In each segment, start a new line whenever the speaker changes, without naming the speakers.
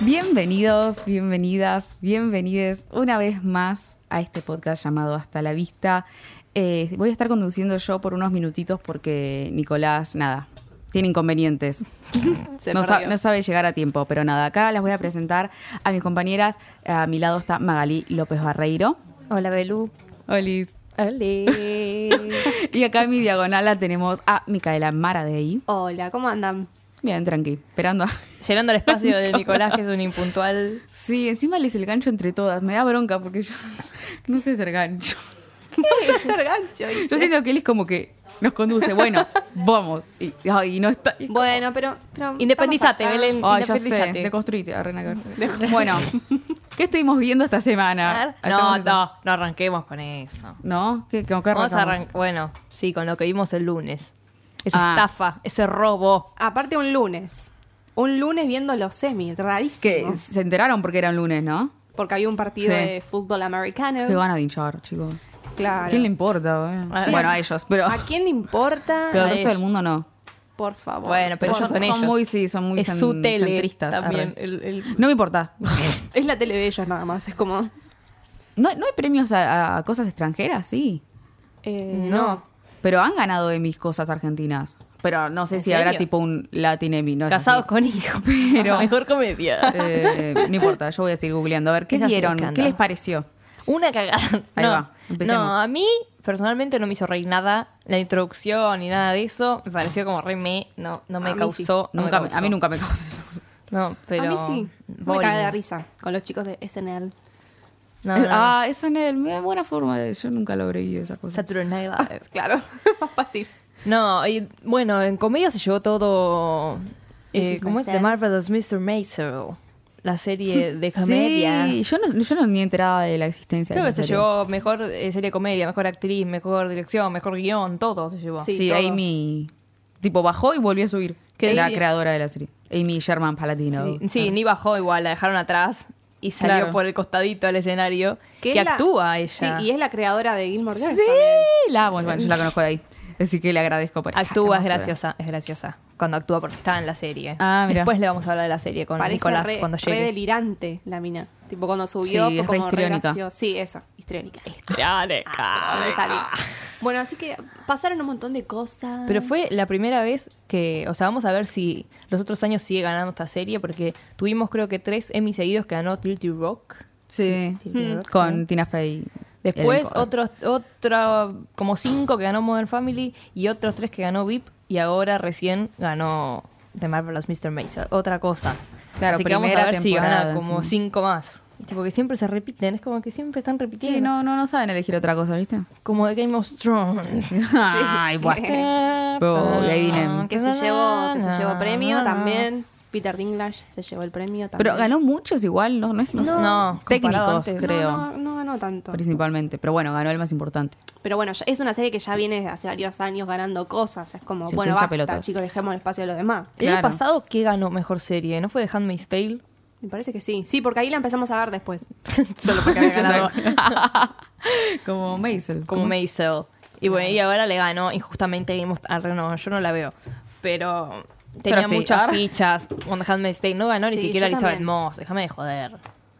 Bienvenidos, bienvenidas, bienvenides una vez más a este podcast llamado Hasta la Vista. Eh, voy a estar conduciendo yo por unos minutitos porque Nicolás, nada, tiene inconvenientes.
Se
No, sa-
perdió.
no sabe llegar a tiempo, pero nada, acá las voy a presentar a mis compañeras. A mi lado está Magalí López Barreiro.
Hola, Belú.
Olis.
Hola.
Y acá en mi diagonal la tenemos a Micaela Maradei.
Hola, ¿cómo andan?
Bien, tranqui, esperando. a-
Llenando el espacio de Nicolás, que es un impuntual.
Sí, encima les el gancho entre todas. Me da bronca porque yo no sé hacer gancho.
Vas a hacer gancho. dice.
Yo siento que él es como que nos conduce. Bueno, vamos. Y, ay, y no está. y-
Bueno, pero. pero
Independizate,
estamos acá.
Belén.
Ay, ya sé.
independizate.
Deconstruite, arrenacar. Bueno, ¿qué estuvimos viendo esta semana?
No,
Hacemos eso.
no, no arranquemos con eso.
¿No? ¿Qué, con qué
Vamos a
arrancamos?
arran- Bueno, sí, con lo que vimos el lunes. Esa
Ah.
estafa, ese robo.
Aparte, un lunes. Un lunes viendo los semis,
Que
rarísimo.
se enteraron porque era un lunes, ¿no?
Porque había un partido
Sí.
de fútbol
Eh.
americano.
Que van a hinchar, chicos.
Claro.
¿Quién le importa? eh? Bueno, a ellos, pero,
¿A quién le importa?
pero al
A
resto del
ellos.
mundo no.
Por favor.
Bueno, pero
Por-
ellos son,
son
ellos.
muy- sí, son muy
Es
cen-
su tele
centristas,
También.
arre.
El- el-
No me importa.
Es la tele de ellos nada más. Es como.
¿No, no hay premios a, a cosas extranjeras? Sí.
eh,
No.
no.
Pero han ganado de mis cosas argentinas. Pero no sé
¿En
si habrá
serio?
tipo un Latin Emmy. No es
Casados
así.
con hijos.
Pero-
Mejor comedia.
Eh, no importa, yo voy a seguir googleando. A ver, ¿qué
Ella sigue
vieron?
buscando.
¿Qué les pareció?
Una cagada.
Ahí
no,
va, empecemos.
No, a mí personalmente no me hizo reír nada. La introducción ni nada de eso. Me pareció como re me. No, no me
A mí sí.
causó. no me
Nunca me-
causó.
a mí nunca me causa eso.
No, pero.
A mí sí. Me
boring.
cae de risa con los chicos de SNL.
No, no, no.
Ah, eso en él. Mira, buena forma. de- Yo nunca logré esa cosa.
Saturday Night Live.
Claro. Más fácil.
No, y bueno, en comedia se llevó todo.
This
Eh,
is
¿Cómo es? The
myself.
Marvelous Mr. Maisel. La serie de comedia.
Sí, yo no, yo no ni enterada de la existencia.
Creo
de
que
esa
se
serie.
llevó mejor eh, serie de comedia, mejor actriz, mejor dirección, mejor guión, todo se llevó.
Sí,
Sí,
todo.
Amy. Tipo, bajó y volvió a subir.
¿Qué
la
decía?
creadora de la serie. Amy Sherman Palatino.
Sí, sí, ni bajó igual, la dejaron atrás y salió
Claro.
por el costadito al escenario.
Que
Que,
es la-
actúa ella.
Sí, y es la creadora de Gilmore Girls. también.
Sí, la amo. Bueno, yo la conozco de ahí. Así que le agradezco por esa
Actúa, es
hermosura.
graciosa, es graciosa. Cuando actúa porque está en la serie.
Ah, mira.
Después le vamos a hablar de la serie con
Parece
Nicolás
re,
cuando
re
llegue.
delirante la mina. Tipo cuando subió
Sí,
fue
es re
como re
histriónica.
gracioso. Sí, eso, histriónica.
Dale,
Ah,
dale.
me salí. Bueno, así que pasaron un montón de cosas.
Ah.
Pero fue la primera vez que, o sea, vamos a ver si los otros años sigue ganando esta serie, porque tuvimos creo que tres Emmy seguidos que ganó Tilty Rock.
Sí.
Tilty Rock,
mm, Con
sí.
Tina Fey.
Después
Ellen Cor-
otros, otra, como cinco que ganó Modern Family y otros tres que ganó VIP y ahora recién ganó The Marvelous Mr. Maisel. Otra cosa.
Claro,
Así que vamos a
primera
ver si gana
temporada,
como
sí.
cinco más. Y tipo que siempre se repiten, es como que siempre están repitiendo.
Sí, no, no, no saben elegir otra cosa, ¿viste?
Como de Game of Thrones.
Ay, bueno. Oh, y ahí vienen.
que se llevó, que se llevó premio también. Peter Dinklage se llevó el premio también.
Pero ganó muchos igual, no, no es no,
No, comparado
técnicos,
antes.
creo,
No, no, no ganó tanto.
principalmente. Pero bueno, ganó el más importante.
Pero bueno, ya- es una serie que ya viene desde hace varios años ganando cosas. Es como,
Se
bueno,
hincha
basta,
pelotas.
chicos, dejemos el espacio a los demás.
El año
Claro.
pasado, ¿qué ganó mejor serie? ¿No fue The Handmaid's Tale?
Me parece que sí. Sí, porque ahí la empezamos a ver después.
Solo porque había
Ya
ganado
Como Maisel.
como Maisel. Y bueno, y ahora le ganó injustamente Game of Arre, no, yo no la veo. Pero tenía
Pero sí,
muchas
ahora-
fichas. Cuando Handmaid's Tale no ganó ni
Sí,
siquiera
yo
Elizabeth
también.
Moss. Déjame de joder.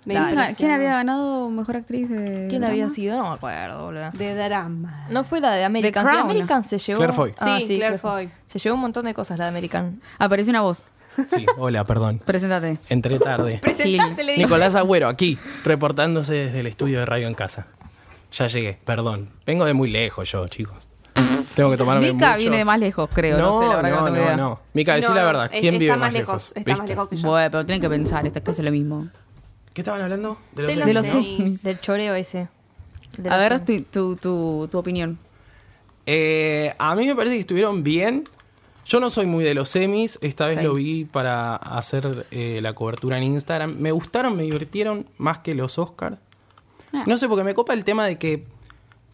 Me
¿Quién,
impresionó.
quién había ganado mejor actriz de.?
¿Quién
drama?
había sido? No me acuerdo, boludo.
De drama.
No fue la de American.
The
Sí,
Crown.
American se llevó. Ah,
Claire Foy.
Sí, Claire Foy.
Se llevó un montón de cosas la de American.
Apareció una voz.
Sí, hola, perdón.
Preséntate.
Entré tarde.
Presentate, le dije.
Nicolás Agüero, aquí, reportándose desde el estudio de radio en casa. Ya llegué, perdón. Vengo de muy lejos yo, chicos. Tengo que tomarme
Mica
muchos-
viene de más lejos, creo. No, sé, la verdad que no
no,
tengo idea.
no, no. Mica, decí
No,
la verdad.
es-
¿Quién
está
vive
más
más
lejos?
lejos?
Está más
¿Viste?
lejos que yo.
Bueno, pero tienen que pensar, es casi lo mismo.
¿Qué estaban hablando? De los,
De los
De los
Emmys, ¿no?
Emmys.
Emmys.
Del choreo ese. De
A
los
ver
Emmys.
tu, tu, tu, tu opinión.
Eh, a mí me parece que estuvieron bien. Yo no soy muy de los semis, esta vez
Sí.
lo vi para hacer eh, la cobertura en Instagram. Me gustaron, me divirtieron más que los Oscars.
Ah.
No sé, porque me copa el tema de que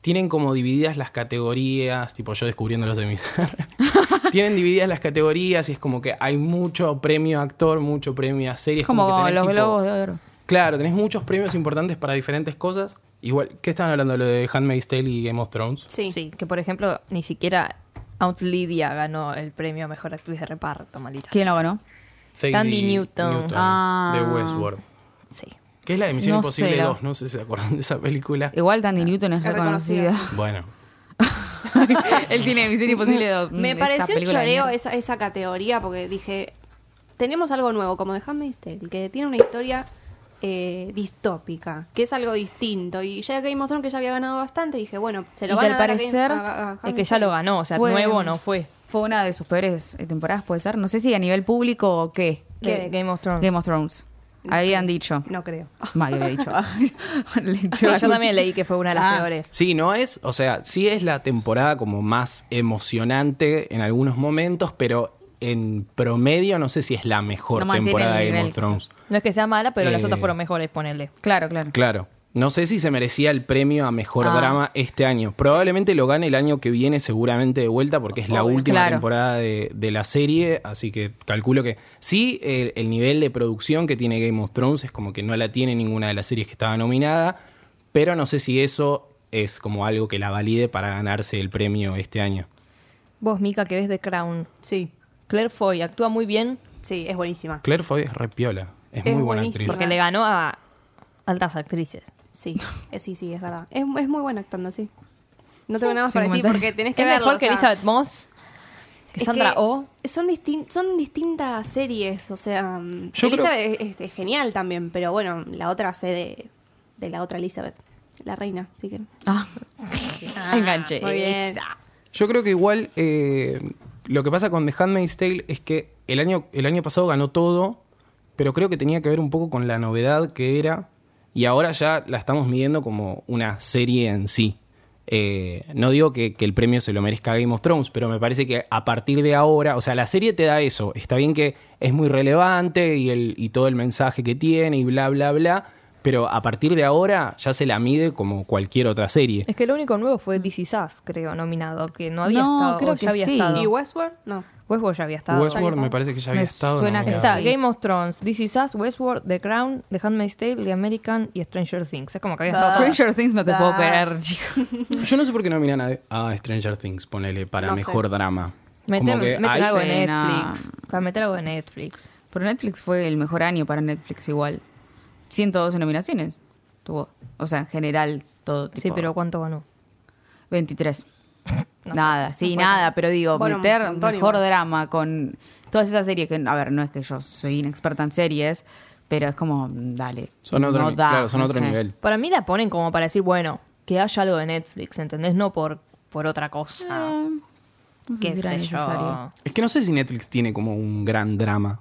tienen como divididas las categorías, tipo yo descubriendo los semis. tienen divididas las categorías y es como que hay mucho premio a actor, mucho premio a series. que
Como
tenés,
los
tipo-
globos de oro.
Claro, tenés muchos premios importantes para diferentes cosas. Igual, ¿qué estaban hablando? Lo de Handmaid's Tale y Game of Thrones.
Sí.
Sí, que por ejemplo, ni siquiera Aunt Lydia ganó el premio a mejor actriz de reparto, maldita
¿Quién
sea.
lo ganó?
Thandie
Thandie Newton.
Ah.
de Westworld.
Sí.
Que es la de Misión
No sé,
Imposible
la- Eh,
2, no sé si se acuerdan de esa película.
Igual Tandy Newton es
Es reconocida,
reconocido.
Bueno,
Él tiene Misión Imposible 2.
Me
Mm, esa
pareció un
película de
choreo
mierda.
esa, esa categoría porque dije, tenemos algo nuevo, como de El que tiene una historia eh, distópica, que es algo distinto. Y ya Game of Thrones, que ya había ganado bastante, dije, bueno, se lo
Y
van
que
a
al
dar a
parecer,
Game- a- a
El
Handmaid's
que ya lo
Tale.
ganó, o sea,
Ah, Fue-
nuevo no fue.
Fue una de sus peores eh, temporadas, puede ser. No sé si a nivel público o qué.
¿Qué?
Ga- Game of Thrones.
Game of Thrones. Habían dicho.
No creo. Ah,
Mal, había dicho. Le-
Sí, yo también leí que fue una de las
Ah.
peores.
sí, no es, o sea, sí es la temporada como más emocionante en algunos momentos, pero en promedio no sé si es la mejor
No mantiene
temporada
el
de Game
nivel,
of Thrones.
No es que sea mala, pero las
Eh.
otras fueron mejores, ponele.
Claro, claro.
Claro. No sé si se merecía el premio a mejor
Ah.
drama este año. Probablemente lo gane el año que viene, seguramente de vuelta, porque es la
Obvio.
última
Claro.
temporada de, de la serie. Así que calculo que sí, el, el nivel de producción que tiene Game of Thrones es como que no la tiene ninguna de las series que estaba nominada. Pero no sé si eso es como algo que la valide para ganarse el premio este año.
Vos, Mika, que ves The Crown.
Sí,
Claire Foy actúa muy bien
sí, es buenísima.
Claire Foy es repiola. Es,
Es
muy buena
buenísima.
actriz.
Ah.
porque le ganó a altas actrices.
Sí, eh, sí, sí, es verdad. Es, es muy buena actuando, sí. No tengo
Sí,
nada más
sin
para decir
comentario.
porque tenés
Es
que verlo,
mejor
o
que
ah.
sea,
Elizabeth Moss, que
es
Sandra Oh.
que
O.
Son, distin- son distintas series, o sea, mm,
Yo creo-
Elizabeth es, es genial también, pero bueno, la otra hace de, de la otra Elizabeth, la reina, así que...
Ah.
Ah,
Enganche.
muy bien.
Yo creo que igual eh, lo que pasa con The Handmaid's Tale es que el año, el año pasado ganó todo, pero creo que tenía que ver un poco con la novedad que era y ahora ya la estamos midiendo como una serie en sí. Eh, no digo que, que el premio se lo merezca Game of Thrones, pero me parece que a partir de ahora, o sea, la serie te da eso. Está bien que es muy relevante y, el, y todo el mensaje que tiene y bla, bla, bla, pero a partir de ahora ya se la mide como cualquier otra serie.
Es que lo único nuevo fue This Is Us, creo, nominado, que no había
No,
estado. o
creo
ya
que
había
sí.
estado.
¿Y Westworld? No.
Westworld ya había estado.
Westworld me parece que ya había
Me
estado.
suena que
nominada.
Está
Sí.
Game of Thrones, This Is Us, Westworld, The Crown, The Handmaid's Tale, The American y Stranger Things. Es como que había
Ah.
estado todo.
Stranger Things no te puedo creer, chico.
Yo no sé por qué nominan a, a Stranger Things, ponele, para
No sé.
mejor drama.
Meter,
Como que
meter
ahí-
algo de
Sí, no.
Netflix. Para meter algo de Netflix.
Pero Netflix fue el mejor año para Netflix igual. 112 nominaciones tuvo. O sea, en general, todo tipo.
Sí, pero ¿cuánto ganó?
23.
No,
nada, sí,
no fue
nada. Pero digo,
Bueno, un
meter
montón
mejor
igual.
drama con todas esas series que... A ver, no es que yo soy inexperta en series, pero es como, mm, dale.
Son otro,
no
ni-
da,
claro, son
no
otro
sé.
nivel.
Para mí la ponen como para decir, bueno, que haya algo de Netflix, ¿entendés? No por, por otra cosa.
Eh, No sé
qué
si
sé
era necesario.
yo.
Es que no sé si Netflix tiene como un gran drama.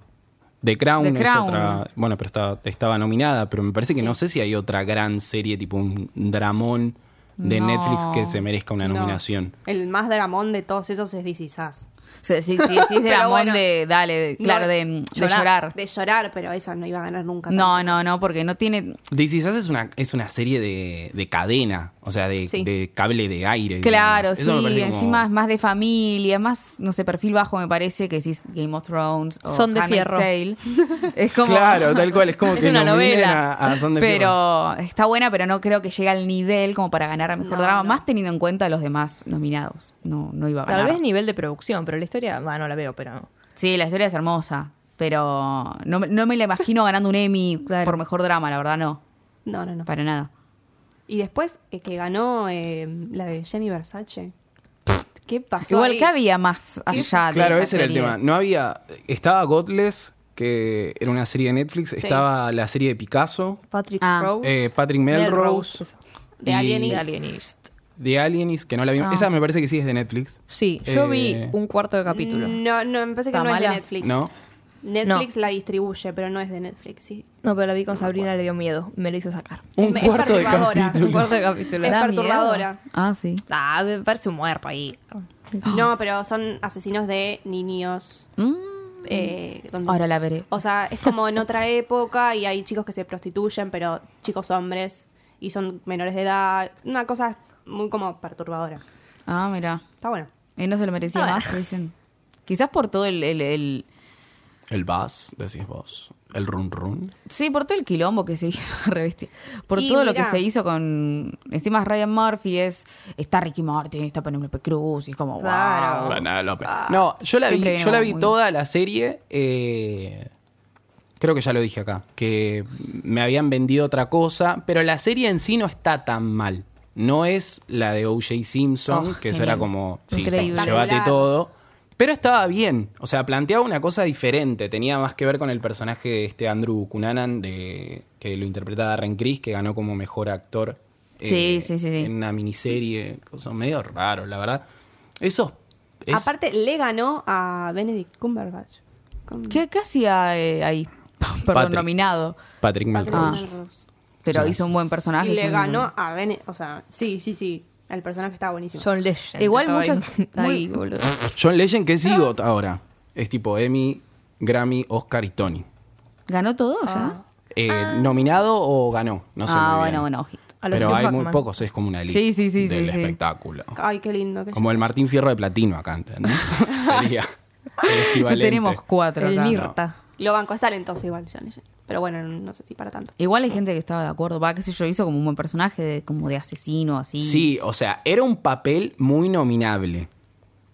The Crown
The
es
Crown.
otra. Bueno, pero está- estaba nominada, pero me parece que no sé si hay otra gran serie, tipo un dramón de
No.
Netflix que se merezca una nominación.
No. El más dramón de todos esos es This Is Us.
O sea, sí, sí, sí, es de
Pero
Ramón
bueno.
de, dale, de-
No,
claro, de, de llorar.
mm, De llorar, pero esa no iba a ganar nunca.
No,
tampoco.
no, no, porque no tiene...
This Is Us es una, es una serie de, de cadena, o sea, de,
Sí.
de cable de aire.
Claro,
digamos. Eso me
sí,
parece como-
encima es más de familia, más, no sé, perfil bajo me parece que si es Game of Thrones o
Son de
Handmaid's
fierro.
Tale. Es como...
Claro, tal cual, es como
Es
que
una
nominen
novela,
a, a Son de
Pero
Fierro.
está buena, pero no creo que llegue al nivel como para ganar a mejor
No,
drama,
no.
más teniendo en cuenta a los demás nominados. No, no iba a ganar.
Tal vez nivel de producción, pero la historia, va, no la veo, pero...
Sí, la historia es hermosa, pero no, me- no me la imagino ganando un Emmy
Claro.
por mejor drama, la verdad no,
No, no, no.
para nada.
Y después eh, que ganó eh, la de Jenny Versace. ¿Qué pasó?
Igual
ahí?
que había más allá Ah, de
Claro,
esa
ese era el
serie.
tema. No había. Estaba Godless, que era una serie de Netflix. Estaba la serie de Picasso,
Patrick
Ah.
Rose.
eh, Patrick Melrose,
eso.
De
y-
Alienist.
De Alienist.
The Alienist, que no la vimos.
Ah.
Esa me parece que sí es de Netflix.
Sí, yo
Eh,
vi un cuarto de capítulo.
Mm.
No, no, me parece que
¿Está
no es
mala?
de Netflix.
No.
Netflix la distribuye, pero no es de Netflix, sí.
No, pero la vi con Sabrina, le dio miedo. Me lo hizo sacar.
Un
Es- es
cuarto de
perturbadora.
capítulo.
Un cuarto de capítulo.
Es
da
perturbadora.
miedo.
Ah, sí.
Ah, me parece un muerto ahí.
No, pero son asesinos de niños. eh, donde-
Ahora la veré.
O sea, es como en otra época y hay chicos que se prostituyen, pero chicos hombres y son menores de edad. Una cosa muy como perturbadora.
Ah, mira.
Está bueno.
Eh, no se lo merecía
Ah.
más, dicen. Quizás por todo el, el- el-
El buzz, decís vos. El run run.
Sí, por todo el quilombo que se hizo, revestir. Por
Y
todo lo que
mirá.
se hizo con... Encima Ryan Murphy es... Está Ricky Martin, está Penélope Cruz, y es como...
Claro.
wow.
No, yo la
Ah, Siempre
vi,
viene
yo la
como
vi
muy-
toda la serie. eh, creo que ya lo dije acá, que me habían vendido otra cosa, pero la serie en sí no está tan mal. No es la de O.J. Simpson,
Oh,
que eso
genial.
era como, sí,
Increíble.
llévate
Espectacular.
todo. Pero estaba bien, o sea, planteaba una cosa diferente, tenía más que ver con el personaje de este Andrew Cunanan, de, que lo interpreta Darren Criss, que ganó como mejor actor eh,
Sí, sí, sí, sí.
en una miniserie, cosa medio raro, la verdad. Eso es...
Aparte, le ganó a Benedict Cumberbatch. Con
¿Qué, qué hacía eh, ahí? Perdón,
Patrick.
nominado.
Patrick
Patrick
Melrose.
Ah.
Melrose.
Pero
Sí.
hizo un buen personaje.
Y le
hizo un-
ganó a Benedict. O sea, sí, sí, sí. El personaje estaba buenísimo.
John Legend.
Igual
estaba ahí.
muchas- muy-
Ahí, boludo.
John Legend, que es EGOT ahora. Es tipo Emmy, Grammy, Oscar y Tony.
¿Ganó todo
Ah.
ya?
Eh, ¿Nominado o ganó? No sé.
ah,
muy bien.
bueno, bueno, ojito.
A los
Pero
Hugh
hay muy
Jackman.
pocos, es como una elite
Sí, sí, sí,
del
sí, sí.
espectáculo.
Ay, qué lindo. Que
Como el Martín Fierro de Platino acá, ¿entendés? Sería el
No
equivalente.
tenemos cuatro
El
acá.
Eh, Mirta.
Lo banco, es talentoso igual, John Legend. Pero bueno, no, no sé si para tanto.
Igual hay gente que estaba de acuerdo. Va, qué sé yo, hizo como un buen personaje, de- como de asesino, así.
Sí, o sea, era un papel muy nominable.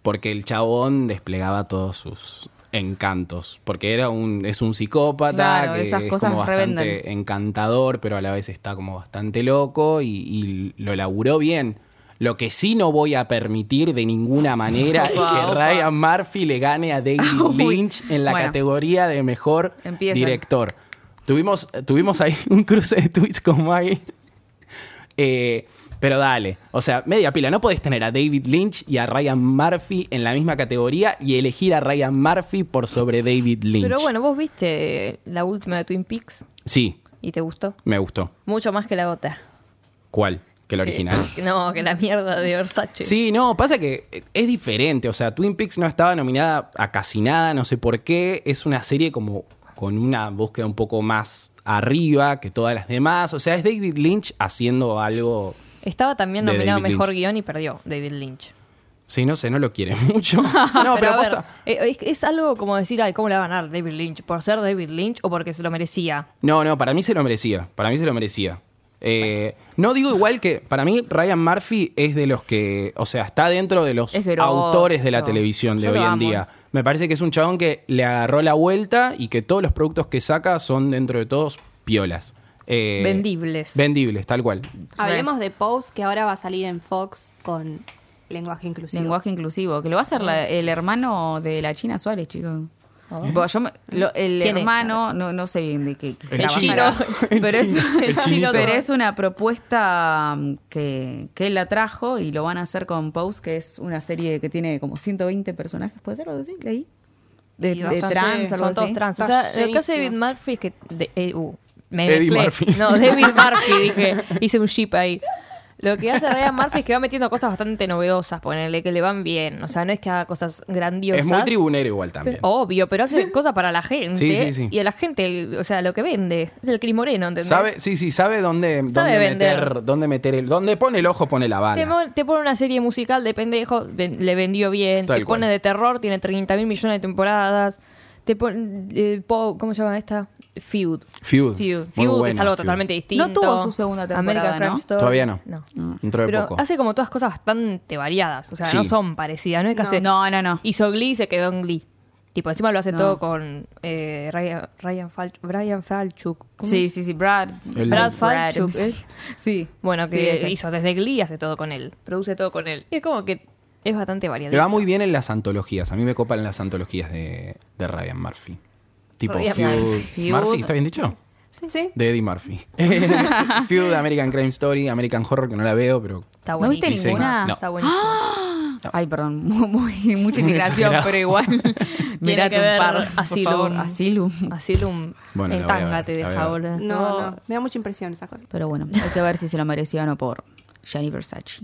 Porque el chabón desplegaba todos sus encantos. Porque era un, es un psicópata.
Claro,
que
esas
es
cosas
como bastante
revenden.
encantador, pero a la vez está como bastante loco. Y, y lo laburó bien. Lo que sí no voy a permitir de ninguna manera es
Opa,
que
opa.
Ryan Murphy le gane a David
Uy,
Lynch en la
bueno.
categoría de mejor
Empiecen.
director. Tuvimos, tuvimos ahí un cruce de tweets con Maggie. Eh, pero dale, o sea, media pila. No podés tener a David Lynch y a Ryan Murphy en la misma categoría y elegir a Ryan Murphy por sobre David Lynch.
Pero bueno, vos viste la última de Twin Peaks
Sí,
y te gustó.
me gustó.
Mucho más que la otra.
¿Cuál? Que el original.
Eh, no, que la mierda de Versace.
Sí, no, pasa que eh, es diferente. O sea, Twin Peaks no estaba nominada a casi nada, no sé por qué. Es una serie como con una búsqueda un poco más arriba que todas las demás. O sea, es David Lynch haciendo algo.
Estaba también
De
nominado
David
mejor
Lynch.
guión y perdió David Lynch.
Sí, no sé, no lo quiere mucho.
a
No, pero,
ver,
aposta-
eh, es, es algo como decir, ay, ¿cómo le va a ganar David Lynch? ¿Por ser David Lynch o porque se lo merecía?
No, no, para mí se lo merecía. Para mí se lo merecía. Eh, no digo igual que. Para mí, Ryan Murphy es de los que. O sea, está dentro de los
Es grosso.
autores de la televisión de
Yo
hoy
lo
en
amo.
día. Me parece que es un chabón que le agarró la vuelta y que todos los productos que saca son dentro de todos piolas. Eh,
Vendibles.
Vendibles, tal cual.
Hablemos de Pose, que ahora va a salir en Fox con lenguaje inclusivo.
Lenguaje inclusivo, que lo va a hacer
Ah.
la- el hermano de la China Suárez, chicos. Bueno, yo me- lo- el
¿Quién es?
hermano, no, no sé bien de qué. qué
El
trabajará,
chino.
Pero, es,
El chino.
pero es una propuesta mm, que, que él la trajo y lo van a hacer con Pose, que es una serie que tiene como 120 personajes. ¿Puede ser algo así? Leí. De,
Y
de
bastante-
trans, algo
son todos
así.
trans. O
Está
sea, lo que hace David
llenísimo.
Murphy es que... de- eh, uh, me
Eddie
mezclé.
Murphy.
No, David Murphy, dije. Hice un ship ahí. Lo que hace Ryan Murphy es que va metiendo cosas bastante novedosas, ponerle que le van bien. O sea, no es que haga cosas grandiosas.
Es muy tribunero igual también.
Pero- obvio, pero hace cosas para la gente.
Sí, sí, sí.
Y a la gente, o sea, lo que vende. Es el Cris Moreno, ¿entendés?
Sabe, sí, sí, sabe dónde, dónde
vender.
meter, dónde meter el, dónde pone el ojo, pone la
Te,
bala.
mo- te pone una serie musical de pendejo, ven- le vendió bien.
Tal
te
cual.
pone de terror, tiene 30 mil millones de temporadas. Te pone. eh, po- ¿Cómo se llama esta? Feud.
Feud.
Feud.
Muy
Feud es
buena,
algo
Feud.
totalmente distinto.
No tuvo su segunda temporada,
American Crime
¿no?
Story.
Todavía no.
No.
Dentro de
Pero
poco.
hace como todas cosas bastante variadas. O sea,
Sí.
no son parecidas. No es que hace.
No, no, no.
Hizo Glee y se quedó en Glee. Tipo, encima lo hace
No.
todo con eh, Ryan, Ryan Falch- Brian Falchuk. ¿Cómo
Sí, sí, sí, Brad.
El-
Brad Falchuk, ¿eh?
Sí.
Bueno,
Sí,
que
ese.
hizo desde Glee, hace todo con él. Produce todo con él. Y es como que es bastante
Le
variado.
va muy bien en las antologías. A mí me copan las antologías de, de Ryan Murphy. Tipo
Ryan
Feud.
Murphy.
Murphy, ¿está bien dicho?
Sí.
De Eddie Murphy. Feud, American Crime Story, American Horror, que no la veo, pero.
Está
¿No
buenísimo.
viste ninguna?
No.
Está buenísimo.
Ay, perdón, muy, muy- mucha integración,
exagerado.
pero igual. Mira
que ver
un par, así
Asylum.
Asylum.
Asylum.
Bueno, la voy a ver,
Entángate,
la voy a
deja,
ver.
boludo.
No, no, me da mucha impresión esas cosas.
Pero bueno, hay que ver si se lo merecía o no por Gianni Versace.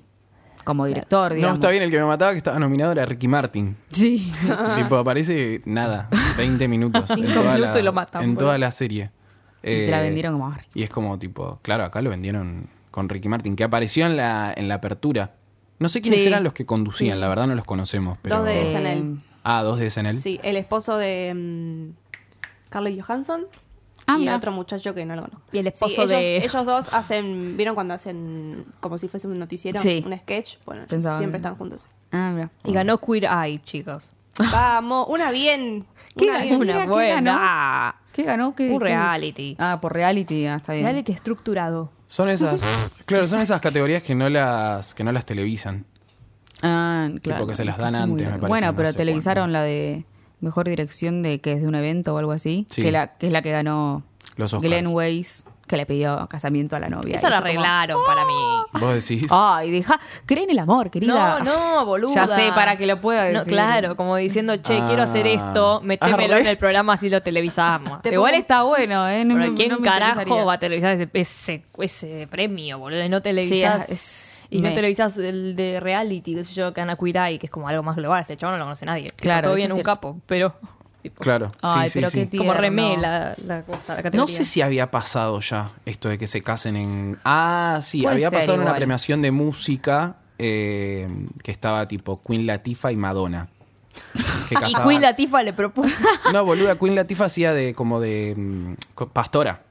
Como director,
No,
digamos.
está bien, el que me mataba que estaba nominado era Ricky Martin.
Sí.
tipo, aparece nada, 20 minutos.
Cinco
en toda
minutos
la,
y lo matan,
En
boludo.
toda la serie. Eh,
Y te la vendieron como a Ricky.
Y es como tipo, claro, acá lo vendieron con Ricky Martin, que apareció en la, en la apertura. No sé quiénes
Sí.
eran los que conducían, la verdad no los conocemos, pero.
Dos de
Eh,
SNL.
Ah, dos de SNL.
Sí, el esposo de mm, Carly Johansson
Ah,
y el
mira.
otro muchacho que no lo conozco.
Y el
Sí,
esposo
ellos,
de-
ellos dos hacen, ¿vieron cuando hacen como si fuese un noticiero?
Sí.
Un sketch. Bueno,
Pensaba
siempre
que-
están juntos.
Ah, mira.
Y ganó Queer Eye, chicos.
Vamos, una bien.
¿Qué
una
ganó?
bien.
Mira,
Una
¿qué
buena.
ganó? ¿Qué ¿Qué ganó? ¿Qué,
Un
qué es?
reality.
Ah, por reality, ah, está bien.
Reality estructurado.
Son esas, claro, son esas categorías que no las, que no las televisan.
Ah, claro.
Tipo que se las dan
Sí, muy
antes,
bien.
me parece,
Bueno,
no
pero
sé
televisaron
cuándo.
la de mejor dirección de que es de un evento o algo así,
Sí.
que, la, que es la que ganó
Los Oscars.
Glenn Weiss, que le pidió casamiento a la novia.
Eso
Y fue
lo
como,
arreglaron para mí.
Vos decís.
Ay, deja, cree en el amor, querida.
No, no, boluda.
Ya sé, para que lo pueda
No,
decir.
claro, como diciendo, che,
Ah.
quiero hacer esto, metémelo
Arre.
en el programa así lo televisamos.
Te
Igual
pongo-
está bueno, ¿eh? No,
Pero
me-
¿quién
no me
carajo
interesaría.
va a televisar ese, ese, ese premio, boludo? Y no televisás...
Sí, es-
y
me-
no televisás el de reality, qué sé yo, que Ana Kuirai, que es como algo más global. Este chavo no lo conoce nadie. Tipo,
Claro,
Todo
eso
bien,
es
un
cierto.
capo, pero... tipo,
Claro. sí,
Ay,
sí,
pero
sí.
qué tierno.
Como remé la, la cosa, la categoría.
No sé si había pasado ya esto de que se casen en. Ah, sí,
Puede
había
ser
pasado en una
igual.
premiación de música eh, que estaba tipo Queen Latifa y Madonna. Que
Y
casaban-
Queen Latifah le propuso...
No, boluda, Queen Latifa hacía de como de mm, co- pastora.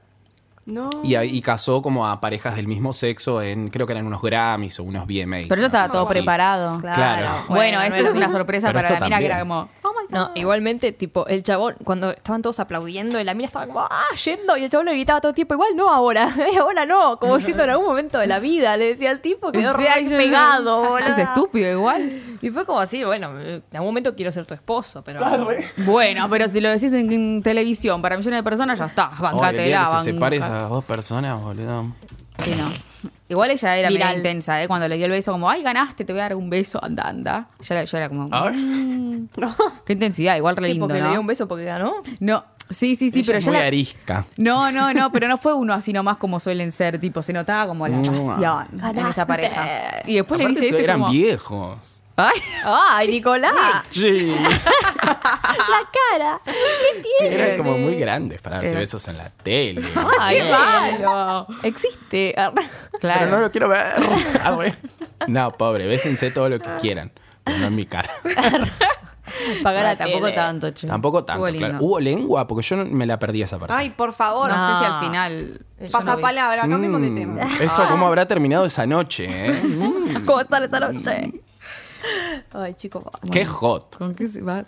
No.
Y, a- y casó como a parejas del mismo sexo en, creo que eran unos Grammys o unos BMAs.
Pero yo estaba
una
todo
cosa así.
preparado.
Claro.
Bueno, esto es una sorpresa
sorpresa.
Pero
para la
esto
mina que era
también.
como, oh my
No, igualmente, tipo, el chabón, cuando estaban todos aplaudiendo, y la mina estaba como, ah, yendo, y el chabón le gritaba todo el tiempo, igual no ahora, eh, ahora no, como diciendo en algún momento de la vida, le decía al tipo, Oh, quedó
Sí, ay,
re
yo-
pegado, boludo.
Es estúpido igual.
Y fue como así, bueno, eh, en algún momento quiero ser tu esposo, pero...
Bueno, pero si lo decís en, en televisión para millones de personas, ya está.
Oye, el
Bancate
día
la
que se separe esas dos personas, boludo.
Sí, no. Igual ella era medio
Viral.
intensa, ¿eh? Cuando le dio el beso, como, ay, ganaste, te voy a dar un beso, anda, anda. Yo era, yo era como,
A ver.
qué intensidad, igual re
tipo,
lindo,
que le dio un
¿no?
beso porque ganó.
No, sí, sí, sí,
Ella
pero
es
ya
muy
la-
arisca.
No, no, no, pero no fue uno así nomás como suelen ser, tipo, se notaba como la
Mm.
pasión en
Ganaste.
esa pareja. Y después le
Aparte
dice
eso
eso y
eran
como,
viejos.
ay,
¡Ay, Nicolás!
Sí.
¡La cara! ¡Qué tiene!
Eran como muy grandes para darse
Era-
besos en la tele.
¡Ay,
qué
qué
malo.
Existe.
Claro.
Pero no lo quiero ver. Ah, bueno. No, pobre, bésense todo lo que quieran. Pero no en mi cara.
Pagar
Ah,
la
tampoco
tele.
tanto, che.
Tampoco tanto.
Estuvo
claro.
lindo.
Hubo lengua, porque yo no- me la perdí esa parte.
Ay, por favor.
No,
No.
sé si al final. yo no vi.
Pasapalabra, cambiemos de
Mm,
tema.
Eso, ¿cómo habrá terminado esa noche? eh? Mm,
¿Cómo están esta noche? Ay, chico.
Qué hot.
¿Con qué se va?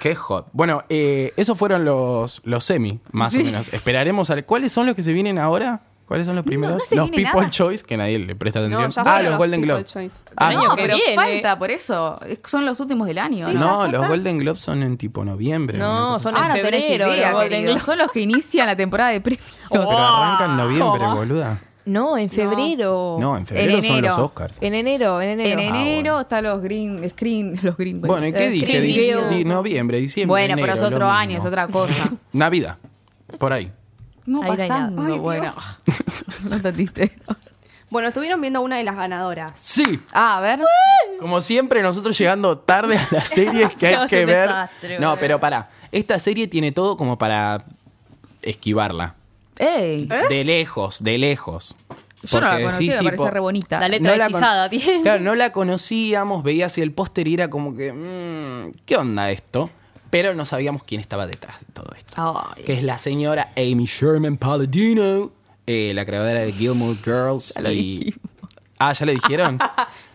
Qué hot. Bueno, eh, esos fueron los, los semi, más
Sí.
o menos. Esperaremos al. ¿Cuáles son los que se vienen ahora? ¿Cuáles son los primeros?
no se
los
viene
People
nada.
Choice, que nadie le presta atención.
ya
ah,
fueron
los
los
Golden
People
Globe.
Choice.
Ah,
Del año
No,
que
pero
viene.
falta, por eso. Es- Son los últimos del año.
Sí,
¿no?
ya,
no,
ya
los
está.
Golden Globes son en tipo noviembre.
No,
una cosa
son
así.
Ah, no
en
tenés Oh.
febrero,
idea,
los Golden
querido.
Globes.
Son los que inician la temporada de premios.
Pero arranca en noviembre,
Toma.
boluda.
No, en febrero.
No, en febrero
En
son los
enero.
Oscars.
En enero, en
En
enero.
enero están los green, screen, los green.
Bueno, ¿y qué
Es
dije?
que
Dic-
digo-
di- noviembre, diciembre.
Bueno, pero
enero,
es
lo
otro
mismo.
año, es otra cosa.
Navidad. Por ahí.
No
Ahí no hay nada.
pasando,
Ay, Dios.
bueno. no tatiste.
Bueno, estuvieron viendo una de las ganadoras.
Sí.
Ah, a ver.
Como siempre, nosotros llegando tarde a las series que hay
Sos
que
un
ver.
desastre,
no,
boludo.
pero pará. Esta serie tiene todo como para esquivarla.
Ey,
De lejos, de lejos.
¿Eh? yo no la
Porque
conocí,
decís,
me pareció
tipo,
re bonita.
La letra
Ah, la
hechizada
con-
tiene.
Claro, no la conocíamos, veías y el póster y era como que, mm, ¿qué onda esto? Pero no sabíamos quién estaba detrás de todo esto.
Ay.
Que es la señora Amy Sherman Palladino, eh, la creadora de Gilmore Girls.
Ya lo
y-
dijimos.
Ah, ¿ya lo dijeron?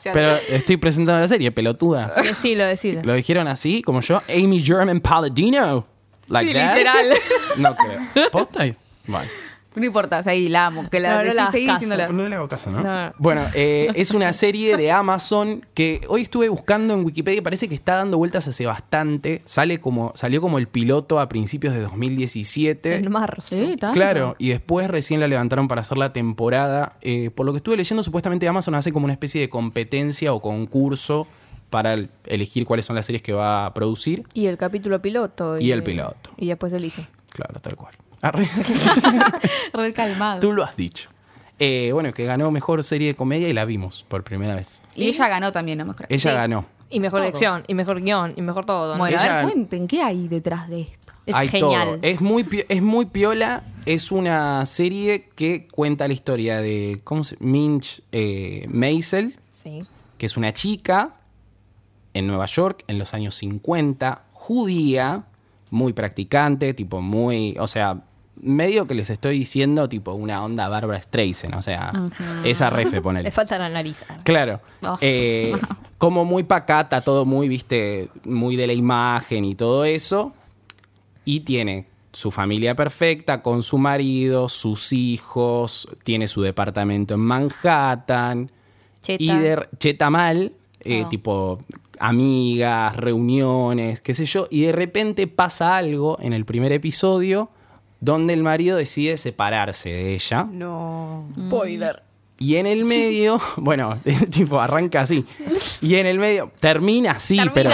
Ya
Pero estoy presentando la serie, pelotuda.
Sí, lo Ah, decilo.
Lo dijeron así, como yo, Amy German Palladino. Like
Sí,
that.
literal.
No creo. ¿Posta? Bueno,
No importa, seguí, la amo. Que
No,
la
no
sí,
le hagas
seguí
caso.
diciéndola.
no le hago caso, ¿no?
No.
Bueno, eh, es una serie de Amazon que hoy estuve buscando en Wikipedia y parece que está dando vueltas hace bastante. Sale como, salió como el piloto a principios de 2017.
En marzo.
Sí, tanto.
Claro, y después recién la levantaron para hacer la temporada. Eh, por lo que estuve leyendo, supuestamente Amazon hace como una especie de competencia o concurso para el- elegir cuáles son las series que va a producir.
Y el capítulo piloto.
Y el piloto.
Y después elige.
Claro, tal cual. Arre.
Re calmado.
Tú lo has dicho. Eh, bueno, que ganó mejor serie de comedia y la vimos por primera vez.
Y ella ganó también, no me acuerdo.
Ella ganó.
Y mejor
Todo.
elección, y mejor guión, y mejor todo. ¿no?
Bueno,
Ella-
a ver, cuenten, ¿qué hay detrás de esto?
Es
Hay
genial.
todo. Eh. Es muy, pi- es muy piola. Es una serie que cuenta la historia de ¿cómo se? Minch eh, Maisel,
Sí.
que es una chica en Nueva York en los años 50, judía, muy practicante, tipo muy, o sea, medio que les estoy diciendo tipo una onda Barbara Streisand, o sea, esa refe
Le
poner.
falta la nariz.
Claro.
Oh.
Eh, como muy pacata, todo muy, viste, muy de la imagen y todo eso. Y tiene su familia perfecta con su marido, sus hijos, tiene su departamento en Manhattan.
Cheta.
Y de re- cheta mal, eh,
Oh.
tipo amigas, reuniones, qué sé yo, y de repente pasa algo en el primer episodio donde el marido decide separarse de ella.
No.
Mm.
Spoiler.
Y en el medio, bueno, tipo arranca así. Y en el medio, termina así, pero...